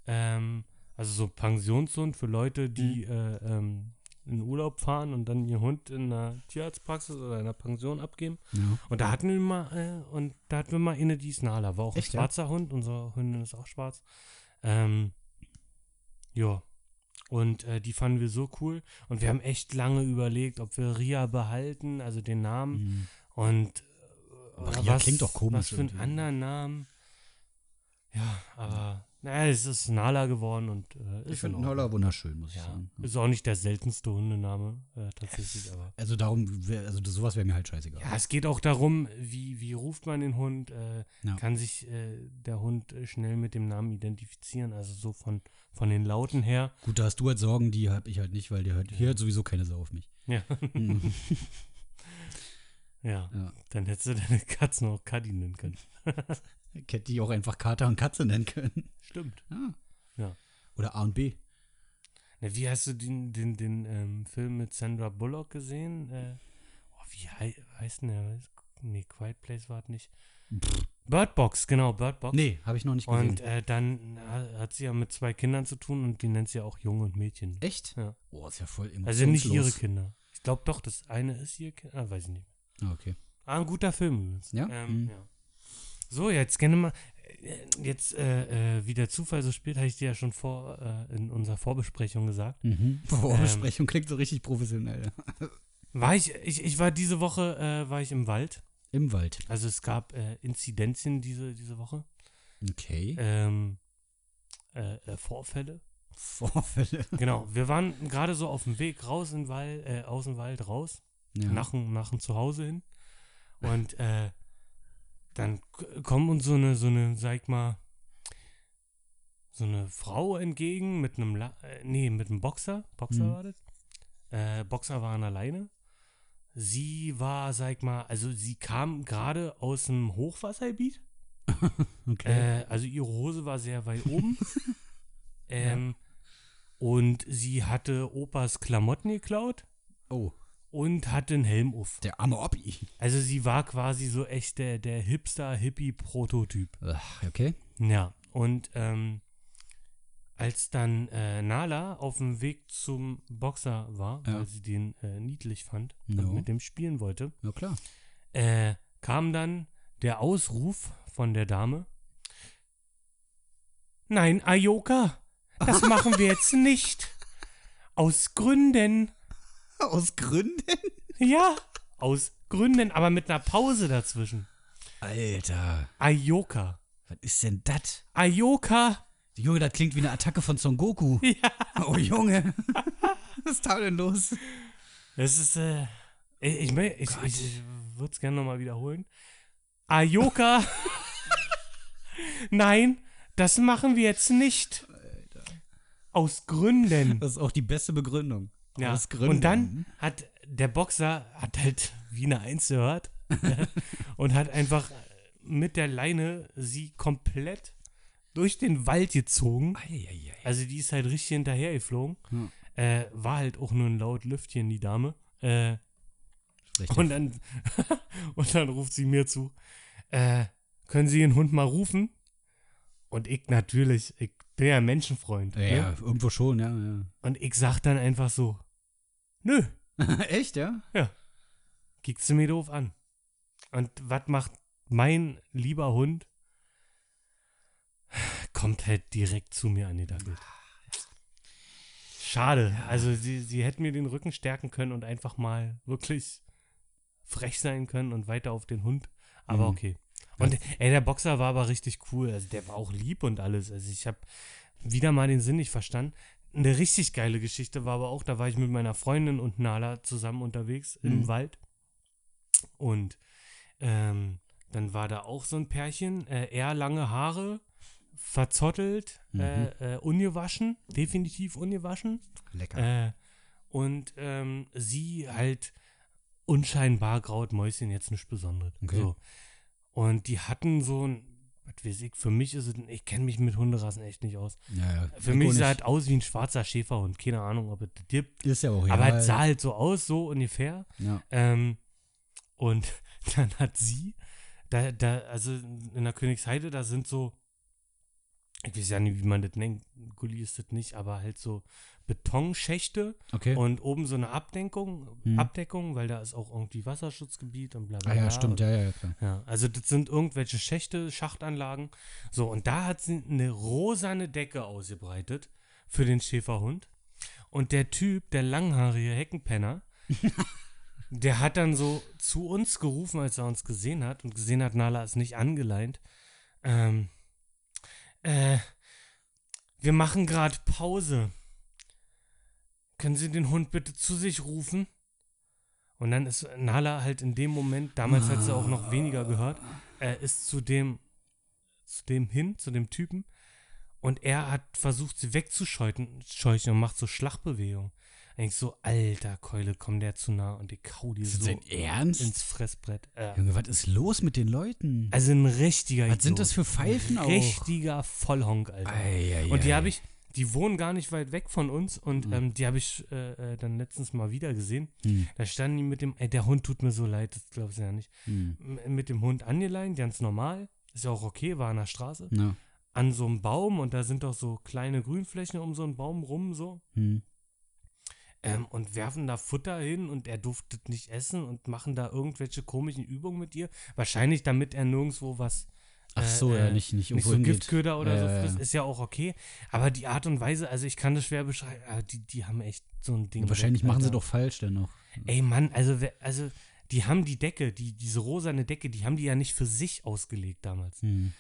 S2: Ähm, also so Pensionshund für Leute, die
S3: Mhm.
S2: äh, ähm, in Urlaub fahren und dann ihren Hund in einer Tierarztpraxis oder in einer Pension abgeben.
S3: Ja.
S2: Und da hatten wir mal, äh, und da hatten wir mal eine, die ist Nala, war auch
S3: Echt,
S2: ein
S3: ja?
S2: schwarzer Hund, unsere Hündin ist auch schwarz. Ähm, ja. Und äh, die fanden wir so cool. Und wir haben echt lange überlegt, ob wir Ria behalten, also den Namen.
S3: Mhm.
S2: Und äh,
S3: Aber
S2: oder
S3: Ria klingt doch komisch
S2: Was für einen
S3: irgendwie.
S2: anderen Namen. Ja, aber naja, es ist Nala geworden und äh, ist
S3: Ich finde
S2: in Ordnung.
S3: Nolla wunderschön, muss ich
S2: Ja,
S3: sagen.
S2: ist auch nicht der seltenste Hundename äh, tatsächlich, aber.
S3: Also darum, wär, also sowas wäre mir halt scheißegal.
S2: Ja, es geht auch darum, wie, wie ruft man den Hund, äh,
S3: Ja.
S2: kann sich äh, der Hund äh, schnell mit dem Namen identifizieren, also so von, von den Lauten her.
S3: Gut, da hast du halt Sorgen, die habe ich halt nicht, weil die hört, hier hört sowieso keine Sau auf mich.
S2: Ja,
S3: Mhm.
S2: ja.
S3: Ja.
S2: dann hättest du deine Katzen auch Kadi nennen können.
S3: Ich hätte die auch einfach Kater und Katze nennen können.
S2: Stimmt.
S3: Ja.
S2: Ja.
S3: Oder A und B.
S2: Na, wie hast du den, den, den ähm, Film mit Sandra Bullock gesehen? Äh, oh, wie hei heißt denn der? Nee, Quiet Place war es nicht. Bird Box, genau, Bird Box.
S3: Nee, habe ich noch nicht gesehen.
S2: und äh, dann ha- hat sie ja mit zwei Kindern zu tun und die nennt sie auch Jung und Mädchen.
S3: Echt?
S2: äh, Ja.
S3: Oh, ist ja voll
S2: Also nicht ihre
S3: emotionslos.
S2: Kinder. Ich glaube doch, das eine ist ihr Kind. Ah, weiß ich nicht.
S3: Ah, okay.
S2: Ah, ein guter Film übrigens.
S3: Ja?
S2: Ähm,
S3: Mhm.
S2: ja. So, jetzt gerne mal. äh, Jetzt, äh, äh, wie der Zufall so spielt, habe ich dir ja schon vor äh, in unserer Vorbesprechung gesagt.
S3: Mhm. Vorbesprechung klingt so richtig professionell.
S2: War ich, ich, ich war diese Woche, äh, war ich im Wald.
S3: Im Wald.
S2: Also es gab äh, Inzidenzien diese, diese Woche.
S3: Okay.
S2: Ähm, äh, äh, Vorfälle.
S3: Vorfälle.
S2: Genau, wir waren gerade so auf dem Weg raus in den Wald, äh, aus dem Wald raus,
S3: Ja.
S2: nach, dem- nach dem Zuhause hin. Und äh, dann k- kommt uns so eine, so eine, sag ich mal, so eine Frau entgegen mit einem, La äh, nee, mit einem Boxer. Boxer
S3: Mhm.
S2: war das. Äh, Boxer waren alleine. Sie war, sag ich mal, also sie kam gerade aus dem Hochwassergebiet.
S3: okay.
S2: Äh, also ihre Hose war sehr weit oben. ähm, Und sie hatte Opas Klamotten geklaut
S3: oh,
S2: und hatte einen Helm auf.
S3: der arme Oppi.
S2: Also sie war quasi so echt der, der Hipster-Hippie-Prototyp.
S3: Ach, okay.
S2: Ja, und ähm, als dann äh, Nala auf dem Weg zum Boxer war,
S3: Ja.
S2: weil sie den äh, niedlich fand
S3: Ja.
S2: und mit dem spielen wollte,
S3: Na klar.
S2: äh, kam dann der Ausruf von der Dame. Nein, Ayoka, das machen wir jetzt nicht. Aus Gründen.
S3: Aus Gründen?
S2: Ja, aus Gründen, aber mit einer Pause dazwischen.
S3: Alter,
S2: Ayoka.
S3: was ist denn das?
S2: Ayoka,
S3: Junge, das klingt wie eine Attacke von Son Goku.
S2: Ja.
S3: Oh Junge. Was ist da denn los?
S2: Das ist, äh, ich, ich, mö- ich, ich, ich würde es gerne nochmal wiederholen. Ayoka. Nein, das machen wir jetzt nicht. Aus Gründen.
S3: Das ist auch die beste Begründung.
S2: Ja.
S3: Aus Gründen.
S2: Und dann hat der Boxer hat halt wie eine Eins gehört und hat einfach mit der Leine sie komplett durch den Wald gezogen.
S3: Eieiei.
S2: Also die ist halt richtig hinterher geflogen.
S3: Hm.
S2: Äh, war halt auch nur ein laut Lüftchen, die Dame. Äh,
S3: Richtig.
S2: und dann und dann ruft sie mir zu, äh, können Sie den Hund mal rufen? Und ich natürlich, ich bin ja ein Menschenfreund.
S3: Ja,
S2: Ne?
S3: irgendwo schon, ja.
S2: Und ich sag dann einfach so, nö,
S3: ja. Echt, ja?
S2: kickst du mir doof an. Und was macht mein lieber Hund? Kommt halt direkt zu mir angedackelt. Schade. Also sie, sie hätten mir den Rücken stärken können und einfach mal wirklich frech sein können und weiter auf den Hund. Aber
S3: Mhm.
S2: okay. Und ey, der Boxer war aber richtig cool. Also der war auch lieb und alles. Also ich habe wieder mal den Sinn nicht verstanden. Eine richtig geile Geschichte war aber auch, da war ich mit meiner Freundin und Nala zusammen unterwegs im
S3: Mhm.
S2: Wald. Und ähm, dann war da auch so ein Pärchen, äh, eher lange Haare, verzottelt,
S3: Mhm.
S2: äh, äh, ungewaschen, definitiv ungewaschen.
S3: Lecker.
S2: Äh, und ähm, sie halt unscheinbar graut Mäuschen jetzt nicht Besonderes.
S3: Okay.
S2: So. Und die hatten so ein, was weiß ich, für mich ist es, ein- ich kenne mich mit Hunderassen echt nicht aus.
S3: ja, ja.
S2: Für
S3: Lecker
S2: mich
S3: und
S2: sah
S3: ich-
S2: es aus wie ein schwarzer Schäferhund. Keine Ahnung, ob es das gibt.
S3: Ist Oh ja auch
S2: aber
S3: real.
S2: es sah halt so aus, so ungefähr.
S3: Ja.
S2: Ähm, und dann hat sie, da, da, also in der Königsheide, da sind so, ich weiß ja nicht, wie man das nennt, Gulli ist das nicht, aber halt so Betonschächte
S3: Okay.
S2: und oben so eine Abdeckung,
S3: Hm.
S2: Abdeckung, weil da ist auch irgendwie Wasserschutzgebiet und bla bla.
S3: ah ja,
S2: bla.
S3: stimmt, ja, ja, ja, klar.
S2: Ja, also das sind irgendwelche Schächte, Schachtanlagen. So, und da hat sie eine rosane Decke ausgebreitet für den Schäferhund. Und der Typ, der langhaarige Heckenpenner, der hat dann so zu uns gerufen, als er uns gesehen hat und gesehen hat, Nala ist nicht angeleint. Ähm, äh, wir machen gerade Pause. Können Sie den Hund bitte zu sich rufen? Und dann ist Nala halt in dem Moment, damals hat sie auch noch weniger gehört, äh, ist zu dem, zu dem hin, zu dem Typen. Und er hat versucht, sie wegzuscheuchen scheuchen und macht so Schlachbewegungen. Eigentlich so, alter Keule, komm der zu nah und ich hau dir
S3: Ist das
S2: so
S3: dein Ernst?
S2: ins Fressbrett. Äh,
S3: Junge, was ist los mit den Leuten?
S2: also ein richtiger
S3: was sind
S2: Idiot.
S3: das für Pfeifen auch?
S2: Richtiger Vollhonk, Alter.
S3: Ei, ei,
S2: Und die
S3: ei. Mhm.
S2: habe ich, die wohnen gar nicht weit weg von uns und ähm, die habe ich äh, äh, dann letztens mal wieder gesehen.
S3: Hm,
S2: Da standen die mit dem, ey, der Hund tut mir so leid, das glaubst du ja nicht.
S3: hm.
S2: M mit dem Hund angeleint, ganz normal. Ist ja auch okay, war an der Straße.
S3: Na,
S2: An so einem Baum und da sind doch so kleine Grünflächen um so einen Baum rum, so.
S3: hm.
S2: Ähm, und werfen da Futter hin und er durfte das nicht essen und machen da irgendwelche komischen Übungen mit ihr. Wahrscheinlich, damit er nirgendwo was
S3: Ach
S2: Äh,
S3: so, ja,
S2: äh,
S3: nicht, nicht
S2: nicht
S3: irgendwo
S2: so
S3: hingeht.
S2: Giftköder oder
S3: Ja,
S2: so
S3: ja,
S2: frisst,
S3: ja.
S2: ist ja auch okay. Aber die Art und Weise, also ich kann das schwer beschreiben, aber die, die haben echt so ein Ding.
S3: Ja, wahrscheinlich
S2: weg,
S3: machen sie
S2: Alter.
S3: doch falsch dann noch.
S2: Ey Mann, also, wer- also die haben die Decke, die, diese rosane Decke, die haben die ja nicht für sich ausgelegt damals,
S3: Hm.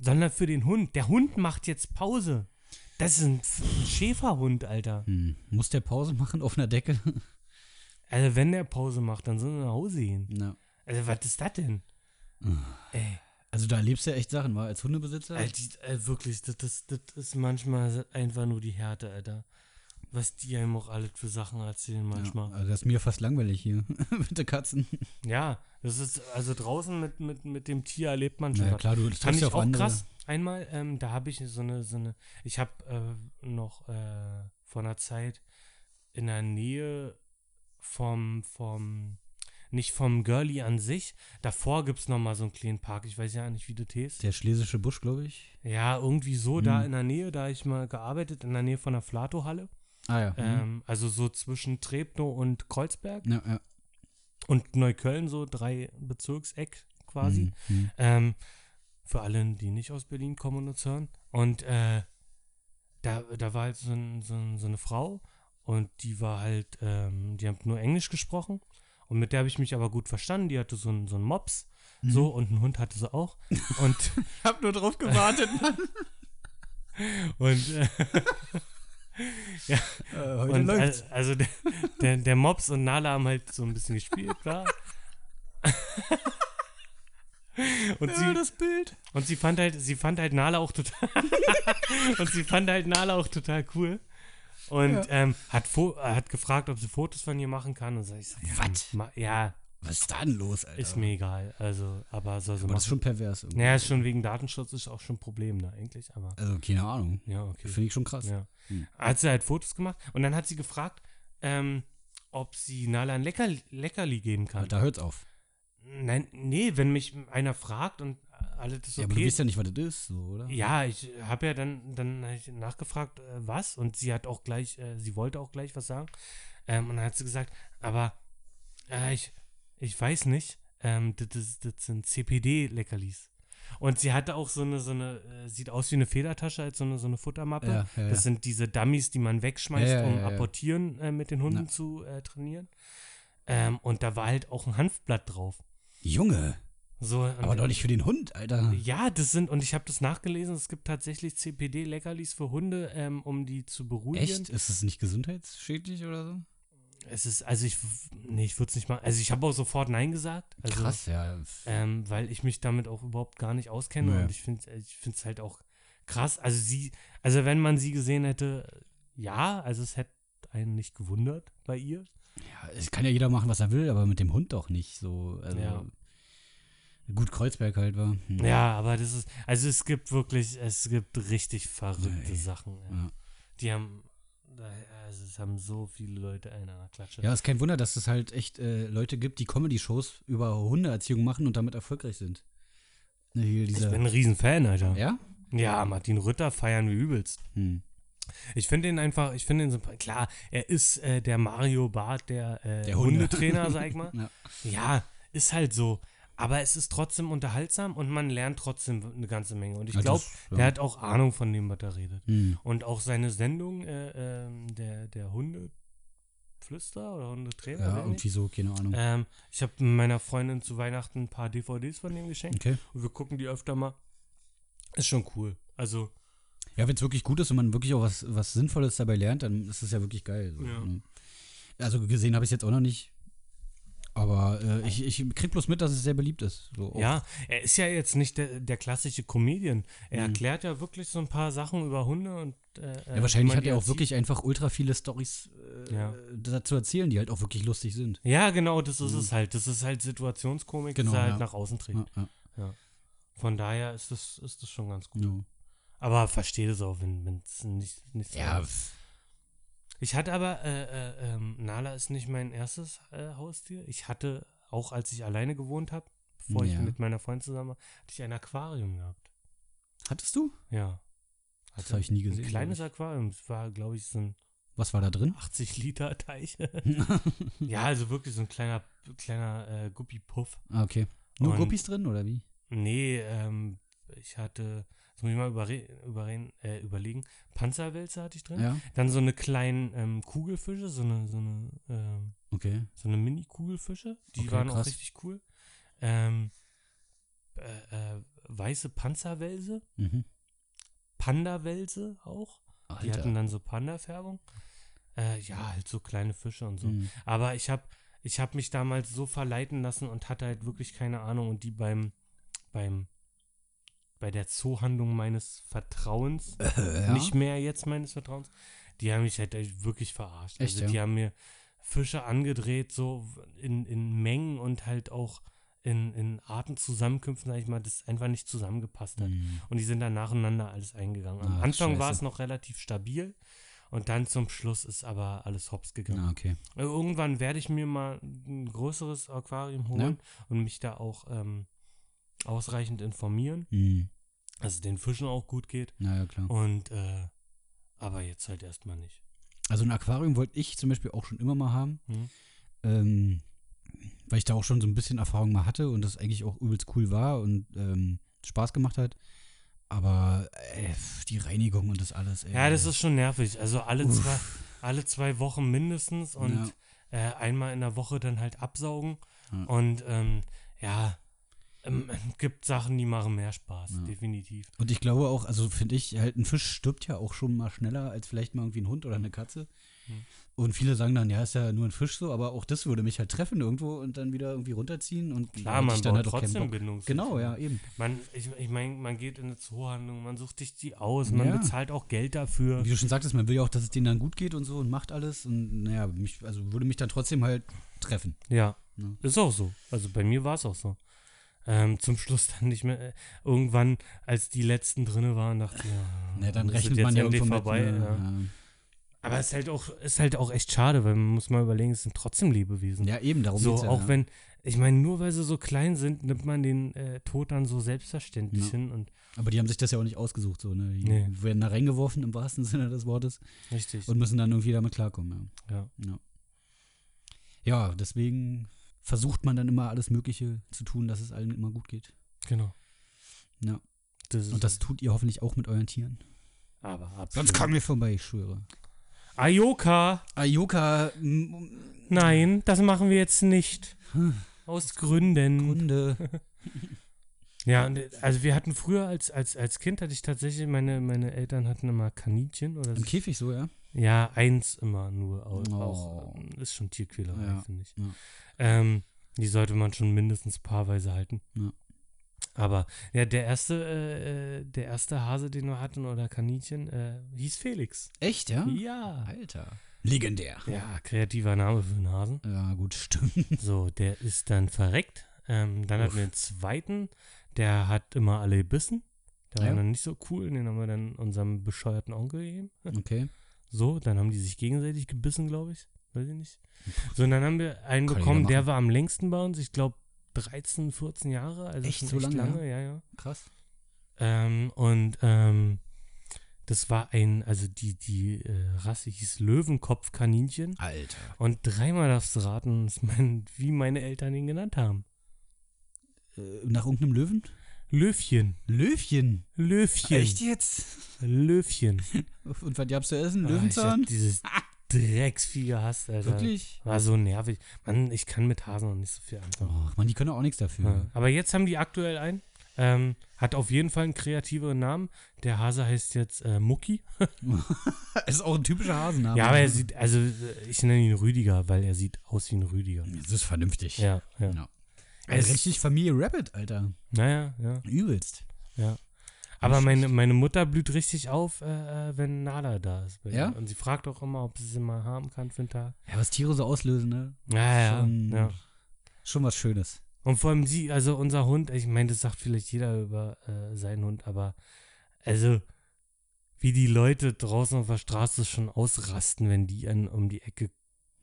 S2: sondern für den Hund. Der Hund macht jetzt Pause. Das ist ein, F- ein Schäferhund, Alter.
S3: Hm. Muss der Pause machen auf einer Decke?
S2: Also wenn der Pause macht, dann soll er nach Hause gehen.
S3: Na.
S2: Also was ist das denn?
S3: Hm.
S2: Ey,
S3: Also da erlebst du ja echt Sachen, war als Hundebesitzer.
S2: Alter, die- äh, wirklich, das, das, das ist manchmal einfach nur die Härte, Alter. Was die einem auch alles für Sachen erzählen manchmal.
S3: Ja, also das ist mir fast langweilig hier mit den Katzen.
S2: Ja, das ist, also draußen mit, mit, mit dem Tier erlebt man schon
S3: Na
S2: was.
S3: klar, du
S2: Das fand
S3: triffst
S2: ich
S3: ja auf
S2: auch
S3: andere.
S2: krass. Einmal, ähm, da habe ich so eine, so eine, ich habe äh, noch äh, vor einer Zeit in der Nähe vom, vom, nicht vom Girlie an sich, davor gibt es nochmal so einen kleinen Park, ich weiß ja nicht, wie das heißt.
S3: Der schlesische Busch, glaube ich.
S2: Ja, irgendwie so, da
S3: Hm.
S2: in der Nähe, da hab ich mal gearbeitet, in der Nähe von der Flato-Halle,
S3: Ah ja. Mhm.
S2: ähm, also so zwischen Treptow und Kreuzberg
S3: ja, ja.
S2: und Neukölln, so drei Bezirkseck quasi.
S3: Mhm. Mhm.
S2: Ähm, für alle, die nicht aus Berlin kommen und uns hören. Und äh, da, da war halt so, ein, so, ein, so eine Frau und die war halt, ähm, die hat nur Englisch gesprochen. Und mit der habe ich mich aber gut verstanden. Die hatte so einen, so einen Mops.
S3: Mhm.
S2: So, und einen Hund hatte sie auch. Und
S3: ne? Ich hab nur drauf gewartet.
S2: Und, äh,
S3: Äh, heute
S2: und
S3: läuft's.
S2: al- also der, der, der Mops und Nala haben halt so ein bisschen gespielt, klar. und sie,
S3: das Bild.
S2: Und sie fand halt, sie fand halt Nala auch total. und sie fand halt Nala auch total cool. Und ähm, hat, Fo äh, hat gefragt, ob sie Fotos von ihr machen kann. Und sag ich so,
S3: Was?
S2: ma ja,
S3: Was ist da denn los, Alter?
S2: ist mir egal. Also, aber soll sie
S3: Aber das ist
S2: machen.
S3: schon pervers. Irgendwie.
S2: Naja, ist schon wegen Datenschutz ist auch schon ein Problem da eigentlich, aber.
S3: Also, keine Ahnung.
S2: Ja, okay.
S3: Finde ich schon krass.
S2: Ja.
S3: Hm.
S2: Hat sie halt Fotos gemacht und dann hat sie gefragt, ähm, ob sie Nala ein Lecker Leckerli geben
S3: Aber
S2: kann.
S3: da hört's auf.
S2: Nein, nee, wenn mich einer fragt und alles ist okay.
S3: Ja, aber du weißt ja nicht, was das ist, so, oder?
S2: Ja, ich habe ja dann, dann hab ich nachgefragt, äh, was, und sie hat auch gleich, äh, sie wollte auch gleich was sagen. Ähm, und dann hat sie gesagt, aber äh, ich, ich weiß nicht, ähm, das, ist- das sind CPD-Leckerlis. Und sie hatte auch so eine, so eine, äh, sieht aus wie eine Federtasche, als so eine, so eine Futtermappe.
S3: Ja, ja, ja.
S2: Das sind diese Dummies, die man wegschmeißt,
S3: Ja, ja,
S2: um
S3: ja, ja.
S2: Apportieren äh, mit den Hunden
S3: Na.
S2: zu äh, trainieren. Ähm, und da war halt auch ein Hanfblatt drauf.
S3: Junge,
S2: So, und-
S3: aber doch nicht für den Hund, Alter.
S2: ja, das sind, und ich habe das nachgelesen, es gibt tatsächlich CPD-Leckerlis für Hunde, ähm, um die zu beruhigen.
S3: Echt? Ist es nicht gesundheitsschädlich oder so?
S2: Es ist, also ich, w- nee, ich würde es nicht mal, also ich habe auch sofort Nein gesagt. Also,
S3: Krass, ja.
S2: Ähm, weil ich mich damit auch überhaupt gar nicht auskenne
S3: Nee.
S2: und ich finde es ich find's halt auch krass. Also sie, also wenn man sie gesehen hätte, ja, also es hätte einen nicht gewundert bei ihr.
S3: ja. Es kann ja jeder machen, was er will, aber mit dem Hund doch nicht so. Also,
S2: Ja.
S3: Gut, Kreuzberg halt war. Hm.
S2: Ja, aber das ist, also es gibt wirklich, es gibt richtig verrückte
S3: Nee.
S2: Sachen. Ja.
S3: Ja.
S2: Die haben, also es haben so viele Leute einen an der Klatsche.
S3: Ja, ist kein Wunder, dass es halt echt äh, Leute gibt, die Comedy-Shows über Hundeerziehung machen und damit erfolgreich sind. Ne, hier
S2: Ich
S3: dieser.
S2: bin ein Riesenfan, Alter. Ja,
S3: ja?
S2: Martin Rütter feiern wir übelst.
S3: Hm.
S2: Ich finde ihn einfach, ich finde ihn so, klar, er ist äh, der Mario Barth, der, äh,
S3: Der Hunde.
S2: Hundetrainer, sag ich mal.
S3: Ja.
S2: Ja, ist halt so. Aber es ist trotzdem unterhaltsam und man lernt trotzdem eine ganze Menge. Und ich
S3: Ja,
S2: glaube,
S3: das-
S2: der
S3: ja.
S2: hat auch Ahnung von dem, was er redet.
S3: Also Hm.
S2: Und auch seine Sendung, äh, ähm, der, der Hundeflüster oder Hundetrainer.
S3: Ja,
S2: weiß ich nicht.
S3: irgendwie so, keine Ahnung.
S2: ähm, ich habe meiner Freundin zu Weihnachten ein paar DVDs von dem geschenkt.
S3: Okay.
S2: Und wir gucken die öfter mal. Ist schon cool. Also,
S3: Ja, wenn es wirklich gut ist und man wirklich auch was, was Sinnvolles dabei lernt, dann ist es ja wirklich geil. So,
S2: Ja.
S3: ne? Also gesehen habe ich es jetzt auch noch nicht. Aber äh, ich, ich krieg bloß mit, dass es sehr beliebt ist. So auch.
S2: ja, er ist ja jetzt nicht der, der klassische Comedian. Er
S3: Mhm.
S2: erklärt ja wirklich so ein paar Sachen über Hunde und. Äh,
S3: Ja, wahrscheinlich hat er auch wirklich einfach ultra viele Stories äh,
S2: Ja.
S3: dazu erzählen, die halt auch wirklich lustig sind.
S2: Ja, genau, das ist es halt. Das ist halt Situationskomik,
S3: Hm. Genau,
S2: das er halt
S3: ja.
S2: nach außen trägt.
S3: Ja, ja,
S2: Von daher ist das, ist das schon ganz gut.
S3: ja.
S2: Aber verstehe das auch, wenn es nicht, nicht so
S3: ja
S2: ist. Ich hatte aber, äh, äh, ähm, Nala ist nicht mein erstes äh, Haustier. Ich hatte, auch als ich alleine gewohnt habe, bevor ich
S3: Ja.
S2: mit meiner Freundin zusammen war, hatte ich ein Aquarium gehabt.
S3: hattest du?
S2: Ja.
S3: Das
S2: Hatte
S3: habe ich nie
S2: ein
S3: gesehen.
S2: kleines
S3: glaub
S2: Aquarium. Es war, glaube ich, so ein
S3: ich. Was war da drin?
S2: 80-Liter-Teich. ja, also wirklich so ein kleiner, kleiner äh, Guppi-Puff.
S3: Ah, okay. Nur
S2: Und-
S3: Guppies drin oder wie?
S2: Nee, ähm, ich hatte, das muss ich mal überre überreden, äh, überlegen, Panzerwälzer hatte ich drin.
S3: Ja.
S2: Dann so eine kleinen ähm, Kugelfische, so eine, so eine, ähm,
S3: Okay.
S2: so eine Mini-Kugelfische. Die
S3: Okay,
S2: waren auch
S3: krass.
S2: richtig cool. Ähm, äh, äh, weiße Panzerwälse,
S3: Mhm.
S2: Panda-Wälse auch. Die hatten dann so Panda-Färbung. Äh, ja, halt so kleine Fische und so.
S3: Mhm.
S2: Aber ich habe ich hab mich damals so verleiten lassen und hatte halt wirklich keine Ahnung. Und die beim, beim, bei der Zoohandlung meines Vertrauens,
S3: Äh, ja.
S2: nicht mehr jetzt meines Vertrauens, die haben mich halt echt wirklich verarscht.
S3: Echt,
S2: also
S3: ja?
S2: die haben mir Fische angedreht, so in, in Mengen und halt auch in, in Artenzusammenkünften, sag ich mal, das einfach nicht zusammengepasst hat.
S3: Mhm.
S2: Und die sind dann nacheinander alles eingegangen. Am
S3: Ach,
S2: Anfang war
S3: scheiße.
S2: es noch relativ stabil und dann zum Schluss ist aber alles hops gegangen.
S3: Ah, okay.
S2: Also Irgendwann werde ich mir mal ein größeres Aquarium holen und mich da auch ähm, ausreichend informieren,
S3: Mhm.
S2: dass es den Fischen auch gut geht.
S3: Naja, klar.
S2: Und äh, aber jetzt halt erstmal nicht.
S3: Also ein Aquarium wollte ich zum Beispiel auch schon immer mal haben,
S2: Hm?
S3: ähm, weil ich da auch schon so ein bisschen Erfahrung mal hatte und das eigentlich auch übelst cool war und ähm, Spaß gemacht hat. Aber äh, pf, die Reinigung und das alles. Ey,
S2: Ja, das ist schon nervig. Also alle
S3: Uff.
S2: zwei, alle zwei Wochen mindestens und äh, einmal in der Woche dann halt absaugen.
S3: Ja.
S2: Und ähm, ja, Ähm, gibt Sachen, die machen mehr Spaß,
S3: Ja.
S2: definitiv.
S3: Und ich glaube auch, also finde ich, halt ein Fisch stirbt ja auch schon mal schneller als vielleicht mal irgendwie ein Hund oder eine Katze.
S2: Hm.
S3: Und viele sagen dann, ja, ist ja nur ein Fisch so, aber auch das würde mich halt treffen irgendwo und dann wieder irgendwie runterziehen und da
S2: Klar,
S3: hätte
S2: man
S3: ich dann
S2: baut
S3: halt auch keinen
S2: trotzdem
S3: Bock.
S2: Bindungs.
S3: Genau, ja, eben.
S2: Man, ich ich meine, man geht in eine Zoohandlung, man sucht sich die aus, man
S3: Ja.
S2: bezahlt auch Geld
S3: Und
S2: dafür.
S3: Wie du schon sagtest, man will ja auch, dass es denen dann gut geht und so und macht alles und naja, mich, also würde mich dann trotzdem halt treffen.
S2: Ja,
S3: Ja.
S2: ist auch so. Also bei mir war es auch so. Ähm, zum Schluss dann nicht mehr. äh, Irgendwann, als die letzten drinne waren, dachte ich, ja,
S3: Na, dann
S2: ist es
S3: rechnet
S2: jetzt
S3: man ja
S2: endlich
S3: irgendwo
S2: vorbei.
S3: mit. ne,
S2: ja. Aber es ist halt auch, ist halt auch echt schade, weil man muss mal überlegen, es sind trotzdem Lebewesen.
S3: ja. ja, eben, darum
S2: so,
S3: geht's ja.
S2: auch
S3: ja.
S2: wenn, ich meine, nur weil sie so klein sind, nimmt man den äh, Tod dann so selbstverständlich
S3: Ja.
S2: hin und
S3: Aber die haben sich das ja auch nicht ausgesucht, so, ne? Die
S2: Nee.
S3: werden da reingeworfen im wahrsten Sinne des Wortes
S2: richtig.
S3: und müssen dann irgendwie damit klarkommen,
S2: ja.
S3: ja. Ja, ja deswegen versucht man dann immer alles Mögliche zu tun, dass es allen immer gut geht.
S2: Genau.
S3: Ja.
S2: Das ist
S3: Und das tut ihr hoffentlich auch mit euren Tieren.
S2: aber absolut.
S3: Sonst kommen wir vorbei, ich schwöre.
S2: Ayoka,
S3: Ayoka, m-
S2: nein, das machen wir jetzt nicht.
S3: Hm.
S2: Aus Gründen.
S3: Hunde.
S2: Ja, und, äh, also wir hatten früher als, als, als Kind hatte ich tatsächlich, meine, meine Eltern hatten immer Kaninchen oder
S3: Im
S2: so.
S3: Käfig so, ja?
S2: Ja, eins immer nur. Auch,
S3: Oh.
S2: auch, ähm, ist schon Tierquälerei,
S3: Ja,
S2: finde ich.
S3: ja.
S2: Ähm, die sollte man schon mindestens paarweise halten.
S3: Ja.
S2: Aber ja, der erste, äh, äh, der erste Hase, den wir hatten oder Kaninchen, äh, hieß Felix.
S3: Echt, ja?
S2: Ja.
S3: Alter. Legendär.
S2: Ja, kreativer Name für einen Hasen.
S3: Ja, gut, stimmt.
S2: So, der ist dann verreckt. Ähm, dann hatten wir den zweiten, der hat immer alle gebissen. Der war
S3: Ja.
S2: dann nicht so cool, den haben wir dann unserem bescheuerten Onkel gegeben.
S3: Okay.
S2: So, dann haben die sich gegenseitig gebissen, glaube ich. Weiß ich nicht. So, und dann haben wir einen
S3: Kann jeder
S2: bekommen, der war am längsten bei uns, ich glaube 13, 14 Jahre. Also
S3: Echt
S2: schon
S3: so lange,
S2: ja, ja.
S3: Krass.
S2: Ähm, und ähm, das war ein, also die, die äh, Rasse hieß Löwenkopfkaninchen.
S3: Alter.
S2: Und dreimal darfst du raten, dass mein, wie meine Eltern ihn genannt haben.
S3: Äh, nach irgendeinem Löwen?
S2: Löwchen.
S3: Löwchen.
S2: Löwchen.
S3: jetzt?
S2: Löwchen.
S3: Und was gab's zu essen?
S2: Ah,
S3: Löwenzahn?
S2: Ich hab dieses Drecksvieh gehasst, Alter.
S3: Wirklich?
S2: War so nervig. Mann, ich kann mit Hasen noch nicht so viel anfangen.
S3: Ach, man, die können auch nichts
S2: Ja.
S3: dafür.
S2: Aber jetzt haben die aktuell einen. Ähm, hat auf jeden Fall einen kreativeren Namen. Der Hase heißt jetzt äh, Mucki.
S3: ist auch ein typischer Hasenname.
S2: Ja, aber er sieht, also äh, ich nenne ihn Rüdiger, weil er sieht aus wie ein Rüdiger.
S3: Das ist vernünftig.
S2: Ja, ja.
S3: Ja.
S2: Er ist-
S3: richtig Familie Rabbit, Alter.
S2: Naja, ja.
S3: Übelst.
S2: Aber meine, meine Mutter blüht richtig auf, äh, äh, wenn Nala da ist. bei ihr.
S3: Ja?
S2: Und sie fragt auch immer, ob sie sie mal haben kann für den Tag.
S3: Ja, was Tiere so auslösen, ne?
S2: Ja, ja,
S3: Schon-
S2: ja.
S3: Schon was Schönes.
S2: Und vor allem sie, also unser Hund, ich meine, das sagt vielleicht jeder über äh, seinen Hund, aber also wie die Leute draußen auf der Straße schon ausrasten, wenn die an, um die Ecke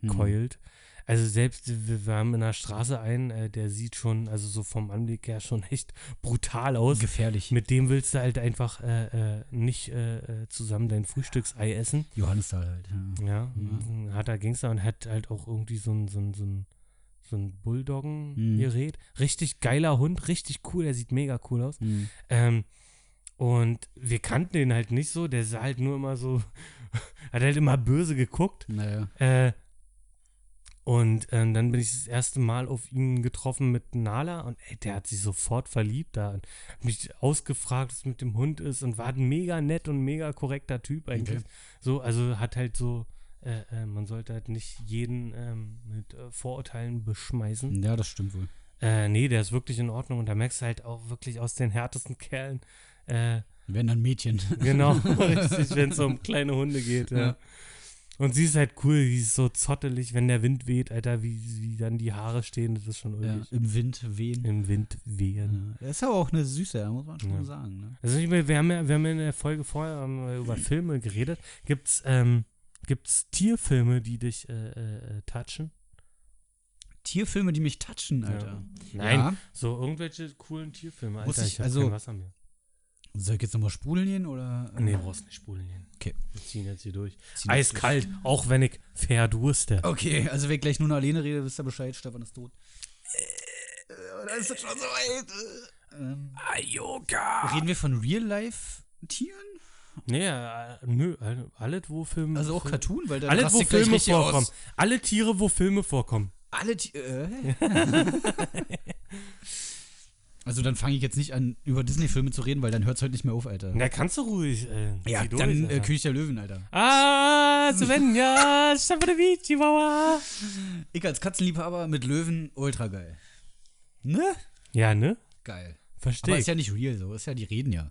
S3: Hm.
S2: keult. Also selbst wir, wir haben in der Straße einen, äh, der sieht schon, also so vom Anblick her schon echt brutal aus.
S3: Gefährlich.
S2: Mit dem willst du halt einfach äh, äh, nicht äh, äh, zusammen dein Frühstücksei essen.
S3: Johannesthal halt. Ja.
S2: Ja,
S3: Mhm.
S2: ein harter Gangster und hat halt auch irgendwie so ein, so ein, so ein, so ein
S3: Mhm.
S2: Bulldoggen-Gerät. Richtig geiler Hund, richtig cool, der sieht mega cool aus.
S3: Hm.
S2: Ähm, und wir kannten den halt nicht so, der sah halt nur immer so, hat halt immer böse geguckt.
S3: Naja.
S2: Äh, und ähm, dann bin ich das erste Mal auf ihn getroffen mit Nala und ey, der hat sich sofort verliebt da. und Hat mich ausgefragt, was mit dem Hund ist und war ein mega nett und mega korrekter Typ eigentlich.
S3: Okay.
S2: So, also hat halt so, äh, äh, man sollte halt nicht jeden ähm, mit äh, Vorurteilen beschmeißen.
S3: Ja, das stimmt wohl.
S2: Äh, nee, der ist wirklich in Ordnung und da merkst du halt auch wirklich aus den härtesten Kerlen, äh,
S3: Wenn dann Mädchen.
S2: Genau, richtig, wenn es um kleine Hunde geht, ja.
S3: Ja.
S2: Und sie ist halt cool, sie ist so zottelig, wenn der Wind weht, Alter, wie, wie dann die Haare stehen, das ist schon
S3: ja,
S2: ulkig.
S3: Im Wind wehen.
S2: Im Wind wehen.
S3: Ja. Das ist aber auch eine Süße, da muss man schon
S2: Ja.
S3: sagen. Ne?
S2: Also ich, meine, wir, haben ja, wir haben ja in der Folge vorher haben wir über Filme geredet. Gibt's, ähm, gibt's Tierfilme, die dich äh, äh, äh, touchen?
S3: Tierfilme, die mich touchen, Alter.
S2: Nein,
S3: Ja.
S2: so irgendwelche coolen Tierfilme, Alter,
S3: Muss ich-
S2: ich, hab
S3: also-
S2: kein Wasser mehr.
S3: Soll ich jetzt nochmal spulen gehen oder? äh,
S2: Nee, brauchst nicht spulen hin.
S3: Okay.
S2: Wir ziehen jetzt hier durch.
S3: ziehen wir
S2: Eiskalt, auch wenn ich verdurste.
S3: durch? Okay, also wenn ich gleich nur noch alleine rede, wisst ihr Bescheid, Stefan ist tot. Äh, äh, Dann ist das schon so weit. Äh, Ähm,
S2: Ayoka!
S3: reden wir von Real-Life-Tieren?
S2: Nee, äh, nö, all- alles, wo Filme.
S3: Also auch
S2: Fil-
S3: Cartoon, weil dann
S2: Alles,
S3: raste
S2: wo
S3: ich gleich
S2: Filme
S3: richtig aus.
S2: vorkommen. Alle Tiere, wo Filme vorkommen.
S3: Alle Tiere. Äh? Also dann fange ich jetzt nicht an, über Disney-Filme zu reden, weil dann hört es heute nicht mehr auf, Alter.
S2: Na, kannst du ruhig. Äh,
S3: ja,
S2: zieh durch,
S3: dann äh,
S2: Alter.
S3: König der Löwen, Alter.
S2: Ah, Sven, ja, Stefan Beach, Chihuahua.
S3: Ich als Katzenliebhaber mit Löwen, ultra geil. Ne?
S2: Ja, ne?
S3: Geil.
S2: Verstehe
S3: Aber ist
S2: ich.
S3: ja nicht real so, ist ja, die reden ja.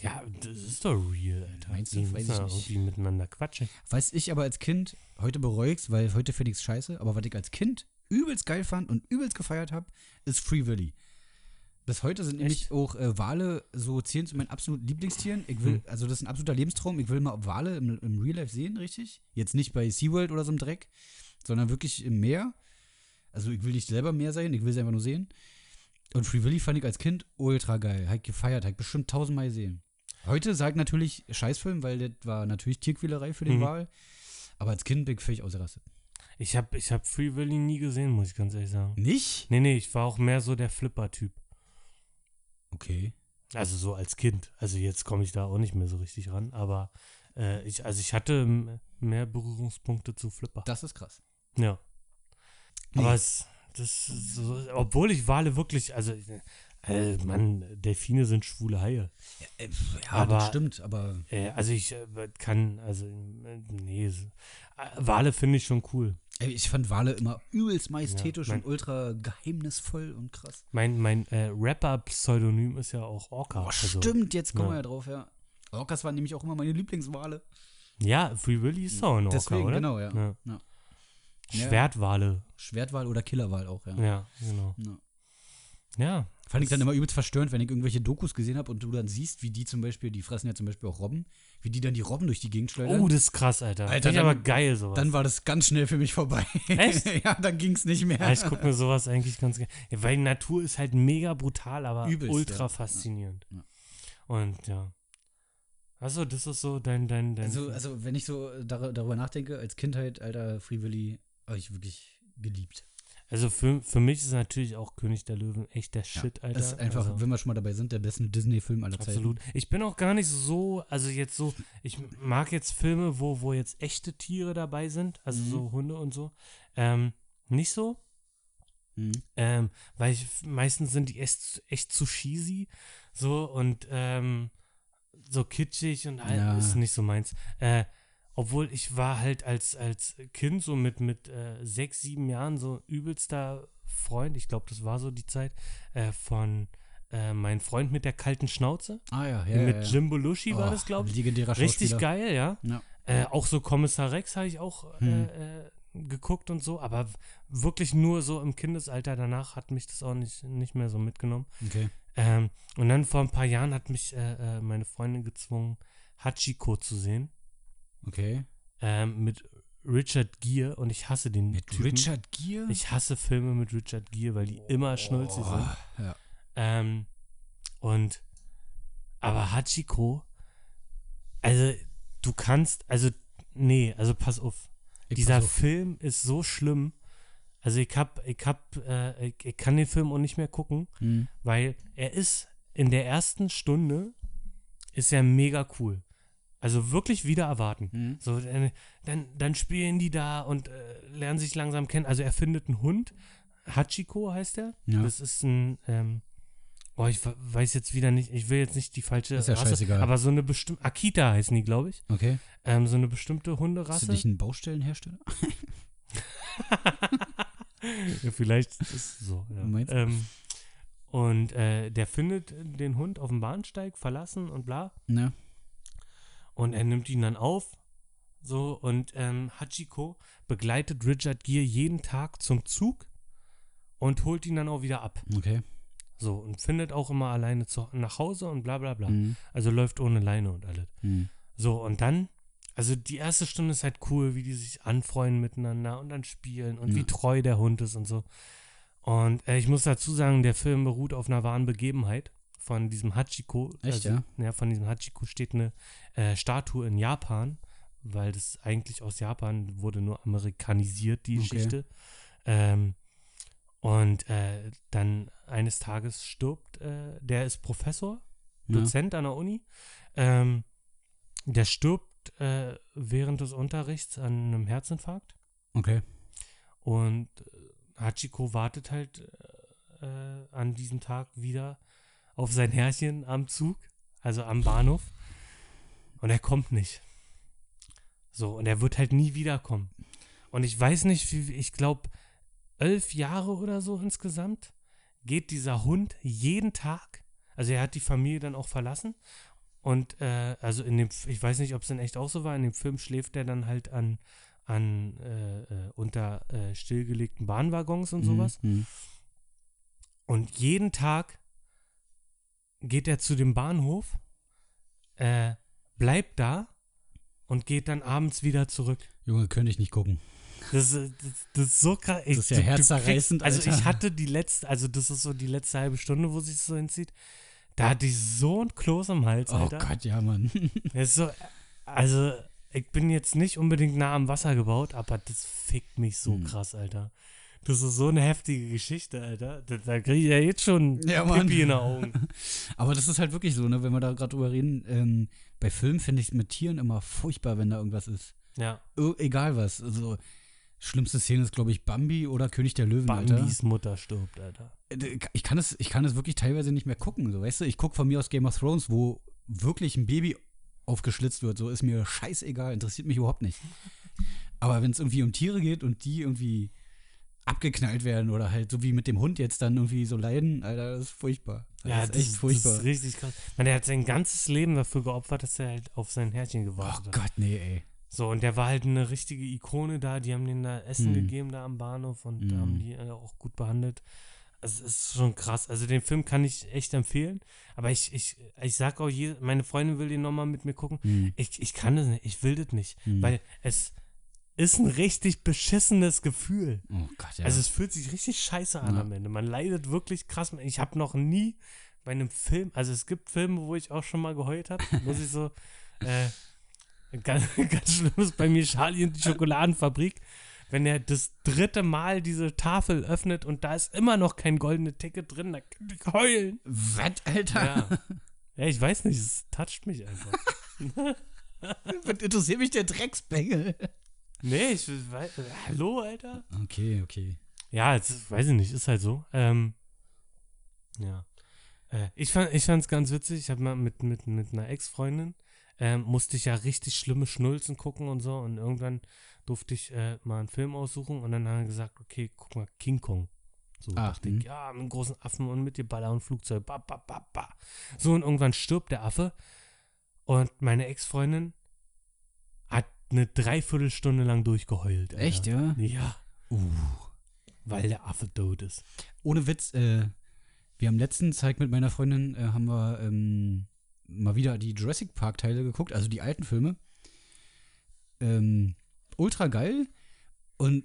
S2: Ja, das ist doch real, Alter.
S3: Meinst du?
S2: Die
S3: Weiß
S2: müssen
S3: ich
S2: ja
S3: nicht.
S2: irgendwie miteinander quatschen.
S3: Weiß ich aber als Kind, heute bereue ich's, weil heute finde ich's scheiße, aber was ich als Kind übelst geil fand und übelst gefeiert habe, ist Free Willy. Bis heute sind nämlich
S2: Echt?
S3: auch äh, Wale so zählen zu meinen absoluten Lieblingstieren. Ich will, also das ist ein absoluter Lebenstraum. Ich will mal Wale im, im Real Life sehen, richtig? Jetzt nicht bei SeaWorld oder so einem Dreck, sondern wirklich im Meer. Also ich will nicht selber im Meer sein, ich will sie einfach nur sehen. Und Free Willy fand ich als Kind ultra geil. Hat gefeiert, hat bestimmt tausendmal gesehen. Heute sagt natürlich Scheißfilm, weil das war natürlich Tierquälerei für den
S2: Mhm.
S3: Wal. Aber als Kind bin ich völlig ausgerastet.
S2: Ich habe ich hab Free Willy nie gesehen, muss ich ganz ehrlich sagen.
S3: Nicht?
S2: Nee, nee, ich war auch mehr so der Flipper-Typ.
S3: Okay.
S2: Also so als Kind. Also jetzt komme ich da auch nicht mehr so richtig ran, aber äh, ich, also ich hatte m- mehr Berührungspunkte zu Flipper.
S3: Das ist krass.
S2: ja.
S3: Nee.
S2: Aber es, das ist so, obwohl ich Wale wirklich, also, äh, Mann, Delfine sind schwule Haie.
S3: Äh, Ja,
S2: Aber-
S3: das stimmt, aber
S2: Äh, also ich äh, kann, also, äh, nee, es- äh, Wale finde ich schon cool.
S3: ey, ich fand Wale immer übelst majestätisch
S2: Ja, mein-
S3: und ultra geheimnisvoll und krass.
S2: Mein, mein äh, Rapper-Pseudonym ist ja auch Orca.
S3: Oh,
S2: also-
S3: stimmt, jetzt kommen wir
S2: ja.
S3: ja drauf, ja. Orcas waren nämlich auch immer meine Lieblingswale.
S2: Ja, Free Willy ist doch ein Orca,
S3: Deswegen,
S2: oder?
S3: genau, ja.
S2: Ja.
S3: Ja.
S2: Schwertwale.
S3: Schwertwal oder Killerwal auch, ja.
S2: Ja, genau.
S3: Ja.
S2: Ja,
S3: Fand ich dann immer übelst verstörend, wenn ich irgendwelche Dokus gesehen habe und du dann siehst, wie die zum Beispiel, die fressen ja zum Beispiel auch Robben, wie die dann die Robben durch die Gegend schleudern.
S2: Oh, das ist krass, Alter.
S3: Alter,
S2: Alter ich
S3: dann-
S2: aber geil sowas.
S3: dann war das ganz schnell für mich vorbei.
S2: Echt?
S3: ja, dann ging's nicht mehr.
S2: ja, ich gucke mir sowas eigentlich ganz gerne. Ja, weil Natur ist halt mega brutal, aber
S3: Übelst,
S2: ultra
S3: ja.
S2: faszinierend.
S3: Ja.
S2: Und ja. Also, das ist so dein, dein, dein.
S3: Also, also wenn ich so dar darüber nachdenke, als Kindheit, Alter, Free Willy, habe ich wirklich geliebt.
S2: Also für, für mich ist natürlich auch König der Löwen echt der Shit, Alter.
S3: Das ist einfach,
S2: also,
S3: wenn wir schon mal dabei sind, der beste Disney-Film aller Zeiten.
S2: absolut. Ich bin auch gar nicht so, also jetzt so, ich mag jetzt Filme, wo, wo jetzt echte Tiere dabei sind, also
S3: Mhm.
S2: so Hunde und so. Ähm, nicht so.
S3: Mhm.
S2: Ähm, weil ich, meistens sind die echt, echt zu cheesy. So und ähm, so kitschig und all,
S3: Ja.
S2: ist nicht so meins. Äh, obwohl ich war halt als, als Kind so mit, mit äh, sechs, sieben Jahren so übelster Freund, ich glaube, das war so die Zeit, äh, von äh, mein Freund mit der kalten Schnauze.
S3: Ah ja, ja.
S2: mit
S3: ja, ja.
S2: Jimbo Lushi war
S3: Oh,
S2: das, glaube ich.
S3: Legendärer
S2: Richtig
S3: Schauspieler.
S2: geil, ja.
S3: Ja.
S2: Äh, auch so Kommissar Rex habe ich auch
S3: Hm.
S2: äh, äh, geguckt und so, aber w- wirklich nur so im Kindesalter. Danach hat mich das auch nicht, nicht mehr so mitgenommen.
S3: Okay.
S2: Ähm, und dann vor ein paar Jahren hat mich äh, äh, meine Freundin gezwungen, Hachiko zu sehen
S3: Okay.
S2: ähm, mit Richard Gere und ich hasse den
S3: Mit
S2: Typen.
S3: Richard Gere?
S2: Ich hasse Filme mit Richard Gere, weil die immer schnulzig sind.
S3: Ja.
S2: Ähm, und aber Hachiko, also du kannst, also nee, also pass auf.
S3: Ich
S2: Dieser
S3: pass auf.
S2: Film ist so schlimm. Also ich hab, ich hab, äh, ich, ich kann den Film auch nicht mehr gucken,
S3: Hm.
S2: weil er ist in der ersten Stunde ist er mega cool. Also wirklich wieder erwarten.
S3: Hm.
S2: So, dann, dann, dann spielen die da und äh, lernen sich langsam kennen. Also er findet einen Hund. Hachiko heißt er.
S3: Ja.
S2: Das ist ein, ähm, oh, ich we- weiß jetzt wieder nicht, ich will jetzt nicht die falsche
S3: Ist ja
S2: Rasse,
S3: scheißegal.
S2: aber so eine bestimmte, Akita heißen die, glaube ich.
S3: Okay.
S2: Ähm, so eine bestimmte
S3: Hast du
S2: Hunderasse.
S3: dich einen Baustellenhersteller? Ah,
S2: ja, vielleicht ist es so. Ja.
S3: Meinst du?
S2: Ähm, und äh, der findet den Hund auf dem Bahnsteig, verlassen und bla.
S3: Ne.
S2: Und er nimmt ihn dann auf. So, und ähm, Hachiko begleitet Richard Gere jeden Tag zum Zug und holt ihn dann auch wieder ab.
S3: Okay.
S2: So, und findet auch immer alleine zu, nach Hause und bla bla bla.
S3: Hm.
S2: Also läuft ohne Leine und alles.
S3: Hm.
S2: So, und dann, also die erste Stunde ist halt cool, wie die sich anfreunden miteinander und dann spielen und
S3: Ja.
S2: wie treu der Hund ist und so. Und äh, ich muss dazu sagen, der Film beruht auf einer wahren Begebenheit von diesem Hachiko.
S3: Echt,
S2: also, ja? von diesem Hachiko steht eine äh, Statue in Japan, weil das eigentlich aus Japan wurde nur amerikanisiert, die
S3: Okay.
S2: Geschichte. Ähm, und äh, dann eines Tages stirbt, äh, der ist Professor
S3: Ja.
S2: Dozent an der Uni. Ähm, der stirbt äh, während des Unterrichts an einem Herzinfarkt.
S3: Okay.
S2: Und äh, Hachiko wartet halt äh, äh, an diesem Tag wieder auf sein Herrchen am Zug, also am Bahnhof. Und er kommt nicht. So, und er wird halt nie wiederkommen. Und ich weiß nicht, wie, ich glaube, elf Jahre oder so insgesamt geht dieser Hund jeden Tag. Also er hat die Familie dann auch verlassen. Und äh, also in dem, ich weiß nicht, ob es dann echt auch so war, in dem Film schläft er dann halt an, an äh, äh, unter äh, stillgelegten Bahnwaggons und sowas.
S3: Mhm.
S2: Und jeden Tag geht er zu dem Bahnhof, äh, bleibt da und geht dann abends wieder zurück.
S3: Junge, könnte ich nicht gucken.
S2: Das, ist- das, das ist so krass. Ich-
S3: Das ist ja
S2: du- du
S3: herzerreißend,
S2: kriegst- Also ich
S3: Alter.
S2: hatte die letzte, also das ist so die letzte halbe Stunde, wo sich das so hinzieht. Da hatte ich so ein Kloß am Hals,
S3: Oh
S2: Alter.
S3: Gott, ja, Mann.
S2: Das ist so, also ich bin jetzt nicht unbedingt nah am Wasser gebaut, aber das fickt mich so
S3: Hm.
S2: krass, Alter. Das ist so eine heftige Geschichte, Alter. Da, da kriege ich ja jetzt schon
S3: Ja, Mann.
S2: Pipi in den Augen.
S3: Aber das ist halt wirklich so, ne, wenn wir da gerade drüber reden. Ähm, bei Filmen finde ich es mit Tieren immer furchtbar, wenn da irgendwas ist.
S2: Ja,
S3: Ir- egal was. Also, schlimmste Szene ist, glaube ich, Bambi oder König der Löwen, Alter.
S2: Bambis Mutter stirbt, Alter.
S3: ich kann es, ich kann es wirklich teilweise nicht mehr gucken. So, weißt du, ich gucke von mir aus Game of Thrones, wo wirklich ein Baby aufgeschlitzt wird. So ist mir scheißegal, interessiert mich überhaupt nicht. Aber wenn es irgendwie um Tiere geht und die irgendwie abgeknallt werden oder halt so wie mit dem Hund jetzt dann irgendwie so leiden, Alter, das ist furchtbar. das ist echt
S2: Das
S3: furchtbar.
S2: ist richtig krass. Man, der hat sein ganzes Leben dafür geopfert, dass er halt auf sein Herrchen
S3: oh
S2: gewartet hat.
S3: Gott, nee, ey.
S2: So, und der war halt eine richtige Ikone da. Die haben den da Essen
S3: Mhm.
S2: gegeben da am Bahnhof und
S3: Mhm.
S2: haben die äh, auch gut behandelt. Also, es ist schon krass. Also, den Film kann ich echt empfehlen. Aber ich, ich, ich sag auch, je, meine Freundin will den nochmal mit mir gucken.
S3: Hm,
S2: Ich, ich kann das nicht. Ich will das nicht.
S3: hm.
S2: Weil es ist ein richtig beschissenes Gefühl.
S3: oh Gott, ja.
S2: Also, es fühlt sich richtig scheiße an
S3: Ja.
S2: am Ende. Man leidet wirklich krass. Ich habe noch nie bei einem Film, also es gibt Filme, wo ich auch schon mal geheult habe, muss ich so. Äh, ganz, ganz schlimm ist bei mir Charlie und die Schokoladenfabrik, wenn er das dritte Mal diese Tafel öffnet und da ist immer noch kein goldenes Ticket drin, da kann ich heulen.
S3: was, Alter?
S2: Ja. ja, ich weiß nicht, es toucht mich einfach.
S3: Was interessiert mich der Drecksbengel?
S2: Nee, ich weiß, hallo, Alter.
S3: Okay, okay.
S2: Ja, es ist, weiß ich nicht, ist halt so. Ähm, ja. Äh, ich fand es ganz witzig. Ich habe mal mit, mit, mit einer Ex-Freundin, ähm, musste ich ja richtig schlimme Schnulzen gucken und so. Und irgendwann durfte ich äh, mal einen Film aussuchen und dann haben wir gesagt, okay, guck mal, King Kong. So
S3: Ah,
S2: dachte ich,
S3: mhm.
S2: ja, mit einem großen Affen und mit dem Baller und Flugzeug. Ba, ba, ba, ba. So, und irgendwann stirbt der Affe. Und meine Ex-Freundin hat eine Dreiviertelstunde lang durchgeheult. Alter.
S3: Echt, ja?
S2: Ja.
S3: Uh.
S2: Weil der Affe tot ist.
S3: ohne Witz, äh, wir haben letzten Zeit mit meiner Freundin, äh, haben wir ähm, mal wieder die Jurassic Park-Teile geguckt, also die alten Filme. Ähm, ultra geil. Und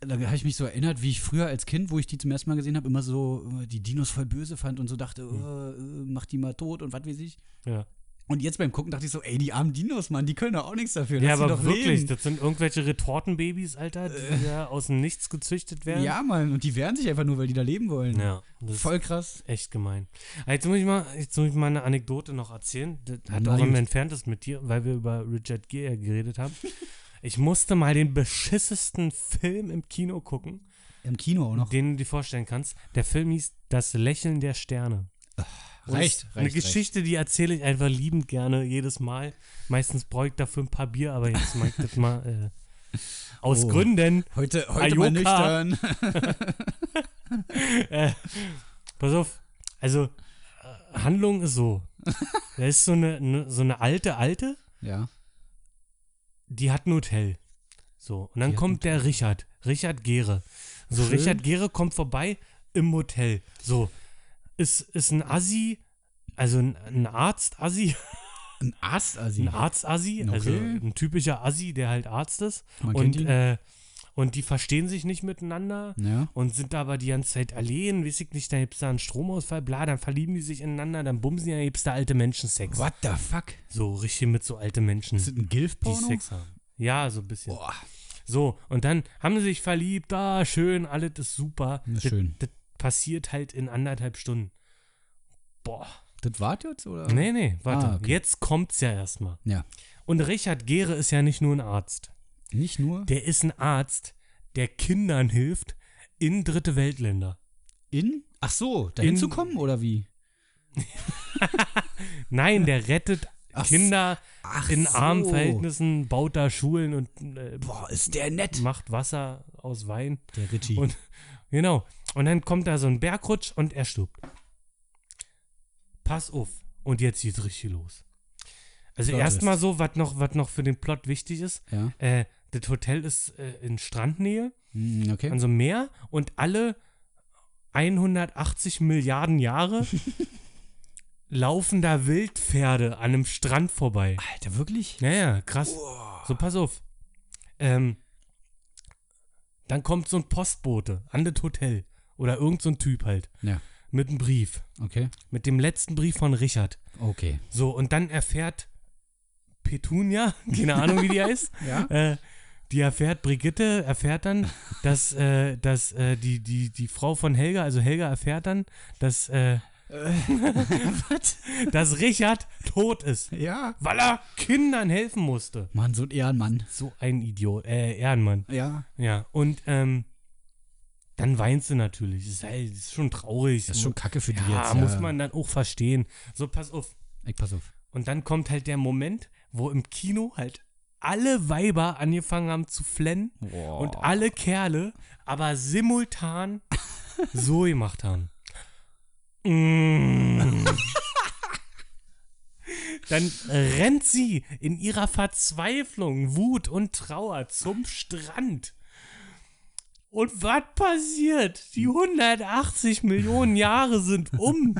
S3: da habe ich mich so erinnert, wie ich früher als Kind, wo ich die zum ersten Mal gesehen habe, immer so äh, die Dinos voll böse fand und so dachte,
S2: Hm.
S3: äh, äh, mach die mal tot und was weiß ich.
S2: Ja,
S3: Und jetzt beim Gucken dachte ich so, ey, die armen Dinos, Mann, die können doch auch nichts dafür.
S2: ja
S3: lass die
S2: aber
S3: doch
S2: wirklich,
S3: leben. Äh.
S2: das sind irgendwelche Retortenbabys, Alter, die da aus dem Nichts gezüchtet werden.
S3: Ja, Mann, und die wehren sich einfach nur, weil die da leben wollen.
S2: ja das
S3: Voll krass.
S2: ist echt gemein. Ah, Jetzt muss, ich mal, jetzt muss ich mal eine Anekdote noch erzählen. Das hat
S3: Na
S2: auch ein
S3: gut.
S2: entferntes mit dir, weil wir über Richard Gere geredet haben. Ich musste mal den beschissesten Film im Kino gucken,
S3: Im Kino auch noch.
S2: den du dir vorstellen kannst. Der Film hieß Das Lächeln der Sterne. Und es
S3: Reicht,
S2: ist
S3: reicht.
S2: Eine
S3: reicht.
S2: Geschichte, die erzähle ich einfach liebend gerne jedes Mal. Meistens bräuchte ich dafür ein paar Bier, aber jetzt mag ich das mal äh, aus
S3: Oh.
S2: Gründen.
S3: Heute, heute mal
S2: Ayoka.
S3: nüchtern.
S2: Äh, pass auf, also äh, Handlung ist so. Da ist so eine, ne, so eine alte, alte,
S3: Ja.
S2: die hat ein Hotel. So, und dann
S3: Die hat
S2: kommt der Richard, Richard Gere. So,
S3: Schön.
S2: Richard Gere kommt vorbei im Hotel. So, ist, ist ein Assi, also ein, ein Arzt-Assi,
S3: Ein Ast, also
S2: ein Arzt-Assi, also
S3: Okay.
S2: ein typischer Assi, der halt Arzt ist.
S3: Man
S2: und,
S3: kennt ihn.
S2: Äh, und die verstehen sich nicht miteinander
S3: ja.
S2: und sind aber die ganze Zeit allein, weiß ich nicht, dann gibt's da einen Stromausfall, bla, dann verlieben die sich ineinander, dann bumsen die, dann gibt's da alte Menschen Sex.
S3: What the fuck?
S2: So richtig mit so alten Menschen,
S3: Ist das ein
S2: die
S3: Gilf-Porno?
S2: Sex haben. Ja, so ein bisschen.
S3: Boah,
S2: So, und dann haben sie sich verliebt, da, schön, alles ist super.
S3: Na
S2: Das,
S3: schön.
S2: das passiert halt in anderthalb Stunden. Boah.
S3: das wart jetzt, oder?
S2: Nee, nee, warte.
S3: Ah, okay.
S2: Jetzt kommt's ja erstmal.
S3: Ja.
S2: Und Richard Gere ist ja nicht nur ein Arzt.
S3: Nicht nur
S2: Der ist ein Arzt, der Kindern hilft in dritte Weltländer.
S3: in? Ach so, dahin
S2: In-
S3: zu kommen oder wie?
S2: Nein, der rettet
S3: Ach,
S2: Kinder
S3: Ach
S2: in
S3: so.
S2: armen Verhältnissen, baut da Schulen und äh,
S3: Boah, ist der nett.
S2: macht Wasser aus Wein.
S3: Der Richie.
S2: Und genau. Und dann kommt da so ein Bergrutsch und er stirbt. Pass auf. Und jetzt geht's richtig los. Also
S3: Plot
S2: erstmal so, was noch, was noch für den Plot wichtig ist.
S3: ja.
S2: Äh, das Hotel ist äh, in Strandnähe,
S3: Hm, Okay.
S2: an so einem Meer und alle 180 Milliarden Jahre laufen da Wildpferde an einem Strand vorbei.
S3: Alter, wirklich?
S2: Naja, krass. So, pass auf. Ähm, dann kommt so ein Postbote an das Hotel. Oder irgend so ein Typ halt.
S3: Ja.
S2: Mit einem Brief.
S3: Okay.
S2: Mit dem letzten Brief von Richard.
S3: Okay.
S2: So, und dann erfährt Petunia, keine Ahnung, wie die heißt,
S3: Ja.
S2: äh, die erfährt, Brigitte erfährt dann, dass, äh, dass äh, die, die, die Frau von Helga, also Helga erfährt dann, dass, äh,
S3: Was?
S2: dass Richard tot ist,
S3: Ja.
S2: weil er Kindern helfen musste.
S3: Mann, so ein Ehrenmann.
S2: So ein Idiot, äh, Ehrenmann.
S3: Ja.
S2: Ja, und ähm, dann weinst du natürlich. Das ist, halt, das ist schon traurig.
S3: Das ist schon kacke für die
S2: ja,
S3: jetzt.
S2: muss man dann auch verstehen. So, pass auf.
S3: Ich pass auf.
S2: Und dann kommt halt der Moment, wo im Kino halt alle Weiber angefangen haben zu flennen
S3: Boah.
S2: und alle Kerle aber simultan so gemacht haben. Mm. Dann rennt sie in ihrer Verzweiflung, Wut und Trauer zum Strand. Und was passiert? Die 180 Millionen Jahre sind um.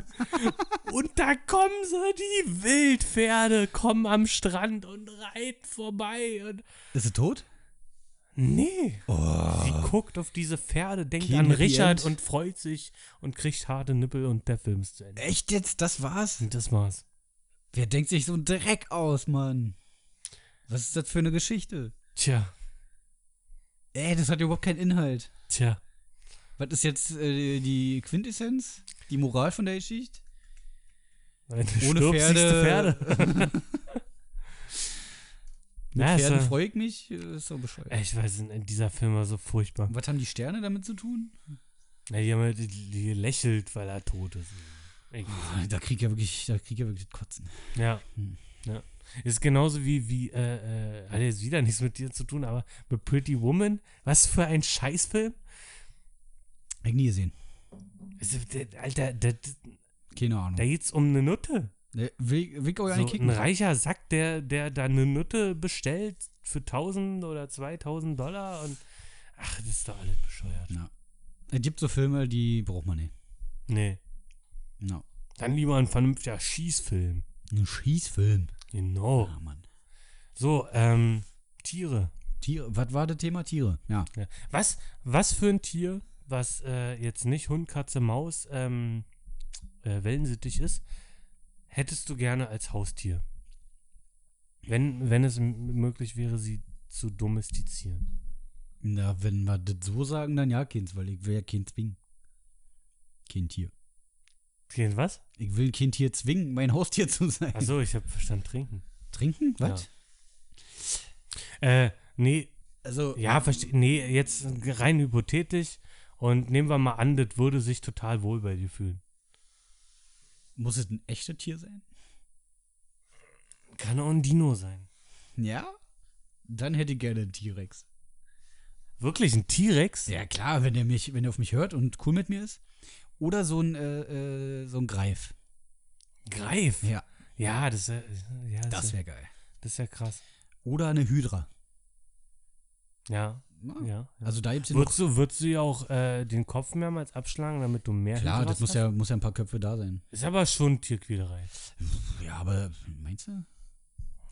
S2: Und da kommen so die Wildpferde, kommen am Strand und reiten vorbei. Und
S3: Ist er tot?
S2: Nee.
S3: Oh.
S2: Sie guckt auf diese Pferde, denkt
S3: Kein
S2: an
S3: Happy
S2: Richard
S3: End.
S2: und freut sich und kriegt harte Nippel und der Film ist zu Ende.
S3: Echt jetzt? Das war's?
S2: Und das war's.
S3: Wer denkt sich so einen Dreck aus, Mann? Was ist das für eine Geschichte?
S2: Tja,
S3: Ey, das hat ja überhaupt keinen Inhalt.
S2: tja.
S3: Was ist jetzt äh, die Quintessenz? Die Moral von der Geschichte?
S2: Ohne
S3: Pferde-
S2: Pferde.
S3: Mit
S2: Ja, ist
S3: Pferden
S2: ja-
S3: freue ich mich? Äh, Ist doch bescheuert.
S2: Ey, ich weiß, nicht, dieser Film war so furchtbar.
S3: Was haben die Sterne damit zu tun?
S2: Na, die haben halt die- die gelächelt, weil er tot ist. Irgendwie so.
S3: Da krieg ich ja wirklich, da krieg ich ja wirklich Kotzen.
S2: Ja.
S3: Hm.
S2: ja. Ist genauso wie, wie, äh, äh, hat jetzt wieder nichts mit dir zu tun, aber mit Pretty Woman. Was für ein Scheißfilm.
S3: Hab ich nie gesehen.
S2: Also, der- Alter, das,
S3: Keine Ahnung.
S2: Da geht's um eine Nutte.
S3: Ne, Will, will ich auch
S2: So,
S3: gar nicht
S2: ein
S3: kicken.
S2: reicher Sack, der, der da eine Nutte bestellt für 1000 oder 2000 Dollar und ach, das ist doch alles bescheuert.
S3: Es gibt so Filme, die braucht man nicht.
S2: Nee,
S3: No.
S2: dann lieber ein vernünftiger Schießfilm.
S3: Ein Schießfilm.
S2: Genau.
S3: Ah, Mann.
S2: So, ähm, Tiere.
S3: Tiere, was war das Thema? Tiere. Ja.
S2: Ja. Was, was für ein Tier, was äh, jetzt nicht Hund, Katze, Maus, ähm, äh, wellensittich ist, hättest du gerne als Haustier? Wenn, wenn es m- möglich wäre, sie zu domestizieren.
S3: Na, wenn wir das so sagen, dann ja, keins, weil ich will ja kein zwingen. Kein Tier.
S2: Trinken was?
S3: Ich will kein Tier zwingen, mein Haustier zu sein.
S2: Achso, ich habe verstanden, trinken.
S3: Trinken? Was?
S2: Ja. Äh, nee,
S3: Also,
S2: ja, verste- nee, jetzt rein hypothetisch. Und nehmen wir mal an, das würde sich total wohl bei dir fühlen.
S3: muss es ein echtes Tier sein?
S2: Kann auch ein Dino sein.
S3: Ja? Dann hätte ich gerne einen T-Rex.
S2: Wirklich, ein T-Rex?
S3: Ja, klar, wenn er mich, wenn er auf mich hört und cool mit mir ist. Oder so ein, äh, äh, so ein Greif.
S2: Greif.
S3: Ja.
S2: Ja, das, äh, ja, das,
S3: Das
S2: ist ja-
S3: wäre geil.
S2: das ist ja krass.
S3: Oder eine Hydra.
S2: Ja, ja.
S3: Also da gibt es ja noch.
S2: Würdest du, würdest du ja auch äh, den Kopf mehrmals abschlagen, damit du mehr
S3: Klar,
S2: Hydras
S3: das muss
S2: hast?
S3: ja, muss ja ein paar Köpfe da sein.
S2: Ist aber schon Tierquälerei.
S3: Ja, aber meinst du?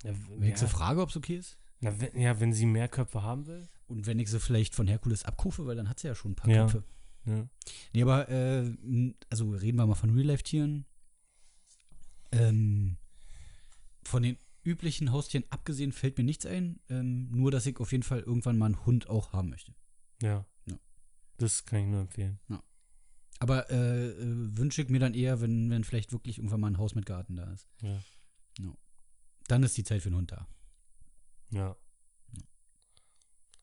S2: Ja,
S3: Wenn ich sie
S2: ja.
S3: frage, ob es okay ist?
S2: Na, wenn, ja, wenn sie mehr Köpfe haben will.
S3: Und wenn ich sie vielleicht von Herkules abkaufe, weil dann hat sie ja schon ein paar
S2: Ja.
S3: Köpfe.
S2: Ne?
S3: Nee, aber, äh, m, also reden wir mal von Real-Life-Tieren. Ähm, von den üblichen Haustieren abgesehen fällt mir nichts ein. Ähm, nur, dass ich auf jeden Fall irgendwann mal einen Hund auch haben möchte.
S2: Ja.
S3: Ja.
S2: Das kann ich nur empfehlen.
S3: Aber äh, äh, wünsche ich mir dann eher, wenn, wenn vielleicht wirklich irgendwann mal ein Haus mit Garten da ist.
S2: Ja.
S3: No. Dann ist die Zeit für einen Hund da.
S2: Ja.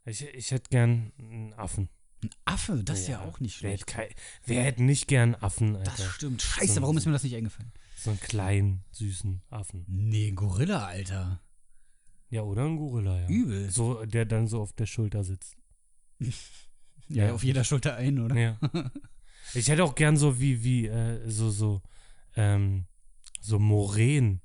S2: Ich, ich hätte gern einen Affen.
S3: Ein Affe, das ist ja,
S2: Ja,
S3: auch nicht
S2: Wer hätte,
S3: schlecht.
S2: kei- wer hätte nicht gern Affen, Alter?
S3: Das stimmt. Scheiße,
S2: So-
S3: warum ist mir das nicht eingefallen?
S2: so einen kleinen, süßen Affen.
S3: Nee, ein Gorilla, Alter.
S2: Ja, oder ein Gorilla, ja.
S3: Übel.
S2: So, der dann so auf der Schulter sitzt.
S3: ja,
S2: ja.
S3: auf jeder Schulter ein, oder?
S2: Ja. Ich hätte auch gern so wie, wie, äh, so, so, ähm, so Moränen.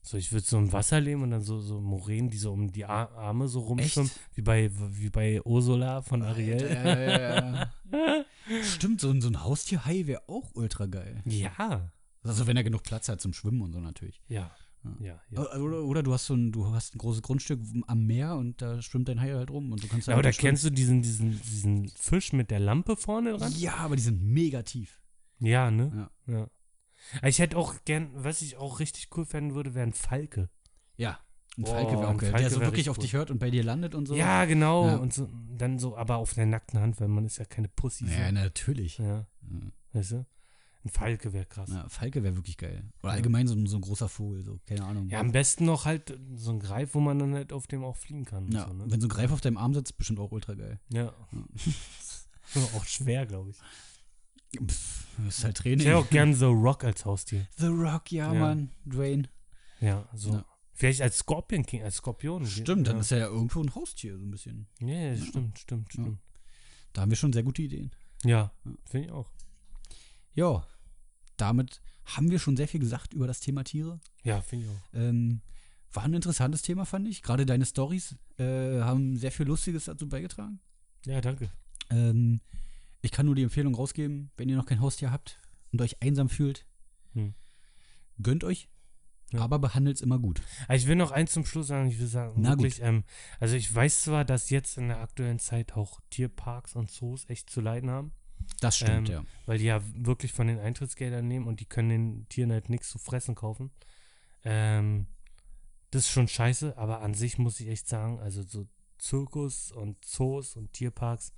S2: So, ich würde so im Wasser leben und dann so, so Moränen, die so um die Ar Arme so rumschwimmen, wie bei, wie bei Ursula von Ariel.
S3: Ja, ja, ja, ja. Stimmt, so, ein- so ein Haustierhai wäre auch ultra geil.
S2: Ja,
S3: Also wenn er genug Platz hat zum Schwimmen und so natürlich.
S2: ja,
S3: Ja.
S2: ja, ja.
S3: Oder, oder, oder du hast so ein, du hast ein großes Grundstück am Meer und da schwimmt dein Hai halt rum und du kannst
S2: Ja,
S3: da
S2: oder
S3: schwimmen.
S2: kennst du diesen, diesen, diesen Fisch mit der Lampe vorne dran?
S3: Ja, aber die sind mega tief.
S2: Ja, ne? Ja. Aber Ich hätte auch gern, was ich auch richtig cool fänden würde, wären Falke.
S3: Ja. Ein
S2: Boah,
S3: Falke wäre
S2: ein
S3: auch geil.
S2: Falke
S3: Der so
S2: wär
S3: wirklich
S2: richtig
S3: auf
S2: cool.
S3: dich hört und bei dir landet und so.
S2: Ja, genau.
S3: Ja.
S2: Und so, dann so, aber auf der nackten Hand, weil man ist ja keine Pussy.
S3: Ja, natürlich.
S2: so. ja. Weißt du? Ein Falke wäre krass. Ja.
S3: Ja, Falke wäre wirklich geil. Oder
S2: Ja.
S3: allgemein so, ein- so ein großer Vogel, so, keine Ahnung.
S2: am besten noch halt so ein Greif, wo man dann halt auf dem auch fliegen kann. und
S3: Ja,
S2: So, ne?
S3: Wenn so ein Greif auf deinem Arm sitzt, bestimmt auch ultra geil.
S2: ja. auch schwer, glaube ich.
S3: Pff, das ist halt
S2: Ich
S3: Training.
S2: hätte auch gern The Rock als Haustier.
S3: The Rock, ja,
S2: Ja.
S3: Mann. Dwayne.
S2: Ja, so.
S3: Ja.
S2: Vielleicht als Scorpion King, als Skorpion.
S3: Stimmt,
S2: ja.
S3: dann ist er ja irgendwo ein Haustier, so ein bisschen.
S2: Ja, ja, stimmt, stimmt,
S3: Ja.
S2: stimmt.
S3: Da haben wir schon sehr gute Ideen.
S2: Ja,
S3: Ja.
S2: finde ich auch.
S3: Ja, damit haben wir schon sehr viel gesagt über das Thema Tiere.
S2: Ja, finde ich auch.
S3: Ähm, war ein interessantes Thema, fand ich. Gerade deine Stories äh, haben sehr viel Lustiges dazu beigetragen.
S2: Ja, danke.
S3: Ähm, ich kann nur die Empfehlung rausgeben, wenn ihr noch kein Haustier habt und euch einsam fühlt,
S2: Hm.
S3: gönnt euch,
S2: Ja.
S3: aber behandelt es immer gut.
S2: Aber Also Ich will noch eins zum Schluss sagen. Ich will sagen,
S3: Na gut.
S2: wirklich, ähm, also ich weiß zwar, dass jetzt in der aktuellen Zeit auch Tierparks und Zoos echt zu leiden haben,
S3: Das stimmt,
S2: Ähm,
S3: ja.
S2: weil die ja wirklich von den Eintrittsgeldern nehmen und die können den Tieren halt nichts zu fressen kaufen. Ähm, das ist schon scheiße, aber an sich muss ich echt sagen, also so Zirkus und Zoos und Tierparks,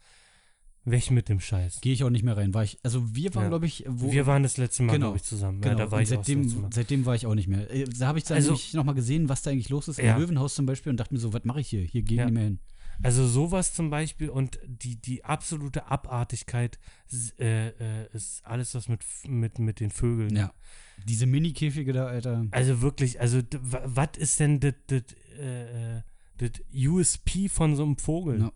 S2: weg mit dem Scheiß.
S3: Gehe ich auch nicht mehr rein. War ich, also wir waren,
S2: Ja.
S3: glaube ich, wo.
S2: Wir waren das letzte Mal,
S3: Genau,
S2: glaube ich, zusammen.
S3: genau,
S2: ja, da war
S3: und
S2: ich auch das letzte Mal.
S3: seitdem, seitdem war ich auch nicht mehr. Äh, Da habe ich dann
S2: Also-
S3: nämlich nochmal gesehen, was da eigentlich los ist.
S2: Ja.
S3: Im Löwenhaus zum Beispiel und dachte mir so, was mache ich hier? Hier gehen
S2: Ja.
S3: die mehr hin.
S2: Also sowas zum Beispiel und die, die absolute Abartigkeit s- äh, äh, ist alles, was mit, F- mit, mit den Vögeln.
S3: Ja. Diese Mini-Käfige da, Alter.
S2: Also wirklich, also was ist denn das äh, das USP von so einem Vogel?
S3: Ja.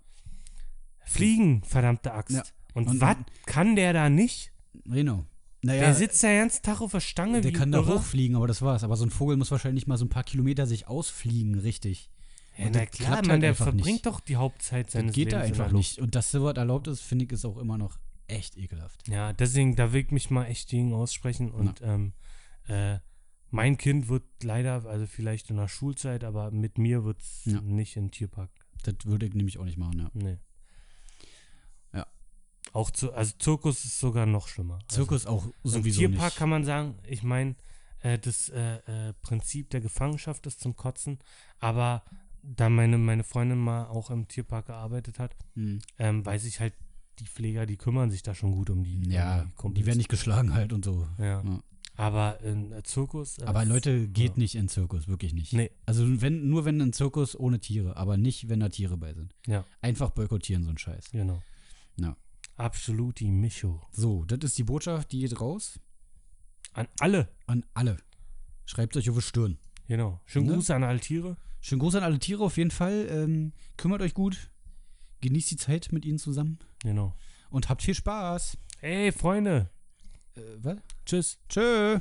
S2: Fliegen, verdammte Axt.
S3: Ja. Und-
S2: Und was kann der da nicht?
S3: Genau. Naja,
S2: der sitzt ja den ganzen Tag auf der Stange.
S3: der
S2: wie
S3: kann
S2: ein
S3: da
S2: Irrer.
S3: hochfliegen, aber das war's. Aber so ein Vogel muss wahrscheinlich mal so ein paar Kilometer sich ausfliegen, richtig.
S2: Ja,
S3: Und
S2: na
S3: das
S2: klar,
S3: klappt
S2: Mann,
S3: halt
S2: der
S3: einfach
S2: verbringt
S3: nicht.
S2: doch die Hauptzeit
S3: Das
S2: seines
S3: geht da
S2: Lebens in der
S3: einfach
S2: Luft.
S3: nicht. Und dass sowas erlaubt ist, finde ich, ist auch immer noch echt ekelhaft.
S2: Ja, deswegen, da will ich mich mal echt gegen aussprechen. Und ähm, äh, mein Kind wird leider, also vielleicht in der Schulzeit, aber mit mir wird es
S3: Ja.
S2: nicht in den Tierpark.
S3: Das würde ich nämlich auch nicht machen, ja.
S2: Nee.
S3: Ja.
S2: Auch zu, also Zirkus ist sogar noch schlimmer.
S3: Zirkus auch
S2: also, im
S3: sowieso
S2: Tierpark
S3: nicht.
S2: kann man sagen, ich meine, äh, das äh, äh, Prinzip der Gefangenschaft ist zum Kotzen, aber da meine, meine Freundin mal auch im Tierpark gearbeitet hat,
S3: Hm.
S2: ähm, weiß ich halt, die Pfleger, die kümmern sich da schon gut um die.
S3: Ja,
S2: um
S3: die
S2: Kumpels.
S3: werden nicht geschlagen halt und so.
S2: Ja.
S3: Ja.
S2: Aber in äh, Zirkus. äh,
S3: Aber Leute, geht
S2: ja.
S3: nicht in Zirkus, wirklich nicht.
S2: Nee.
S3: Also wenn, nur wenn ein Zirkus ohne Tiere, aber nicht, wenn da Tiere bei sind.
S2: Ja,
S3: Einfach boykottieren so einen Scheiß.
S2: genau.
S3: Ja.
S2: Absolut die Micho.
S3: So, das ist die Botschaft, die geht raus
S2: An alle.
S3: an alle. Schreibt euch auf die Stirn.
S2: Genau. Schönen
S3: Ne?
S2: Grüße an alle Tiere.
S3: Schönen Gruß an alle Tiere auf jeden Fall. Ähm, kümmert euch gut. Genießt die Zeit mit ihnen zusammen.
S2: Genau.
S3: Und habt viel Spaß.
S2: Ey, Freunde.
S3: Äh, was?
S2: Tschüss.
S3: Tschö.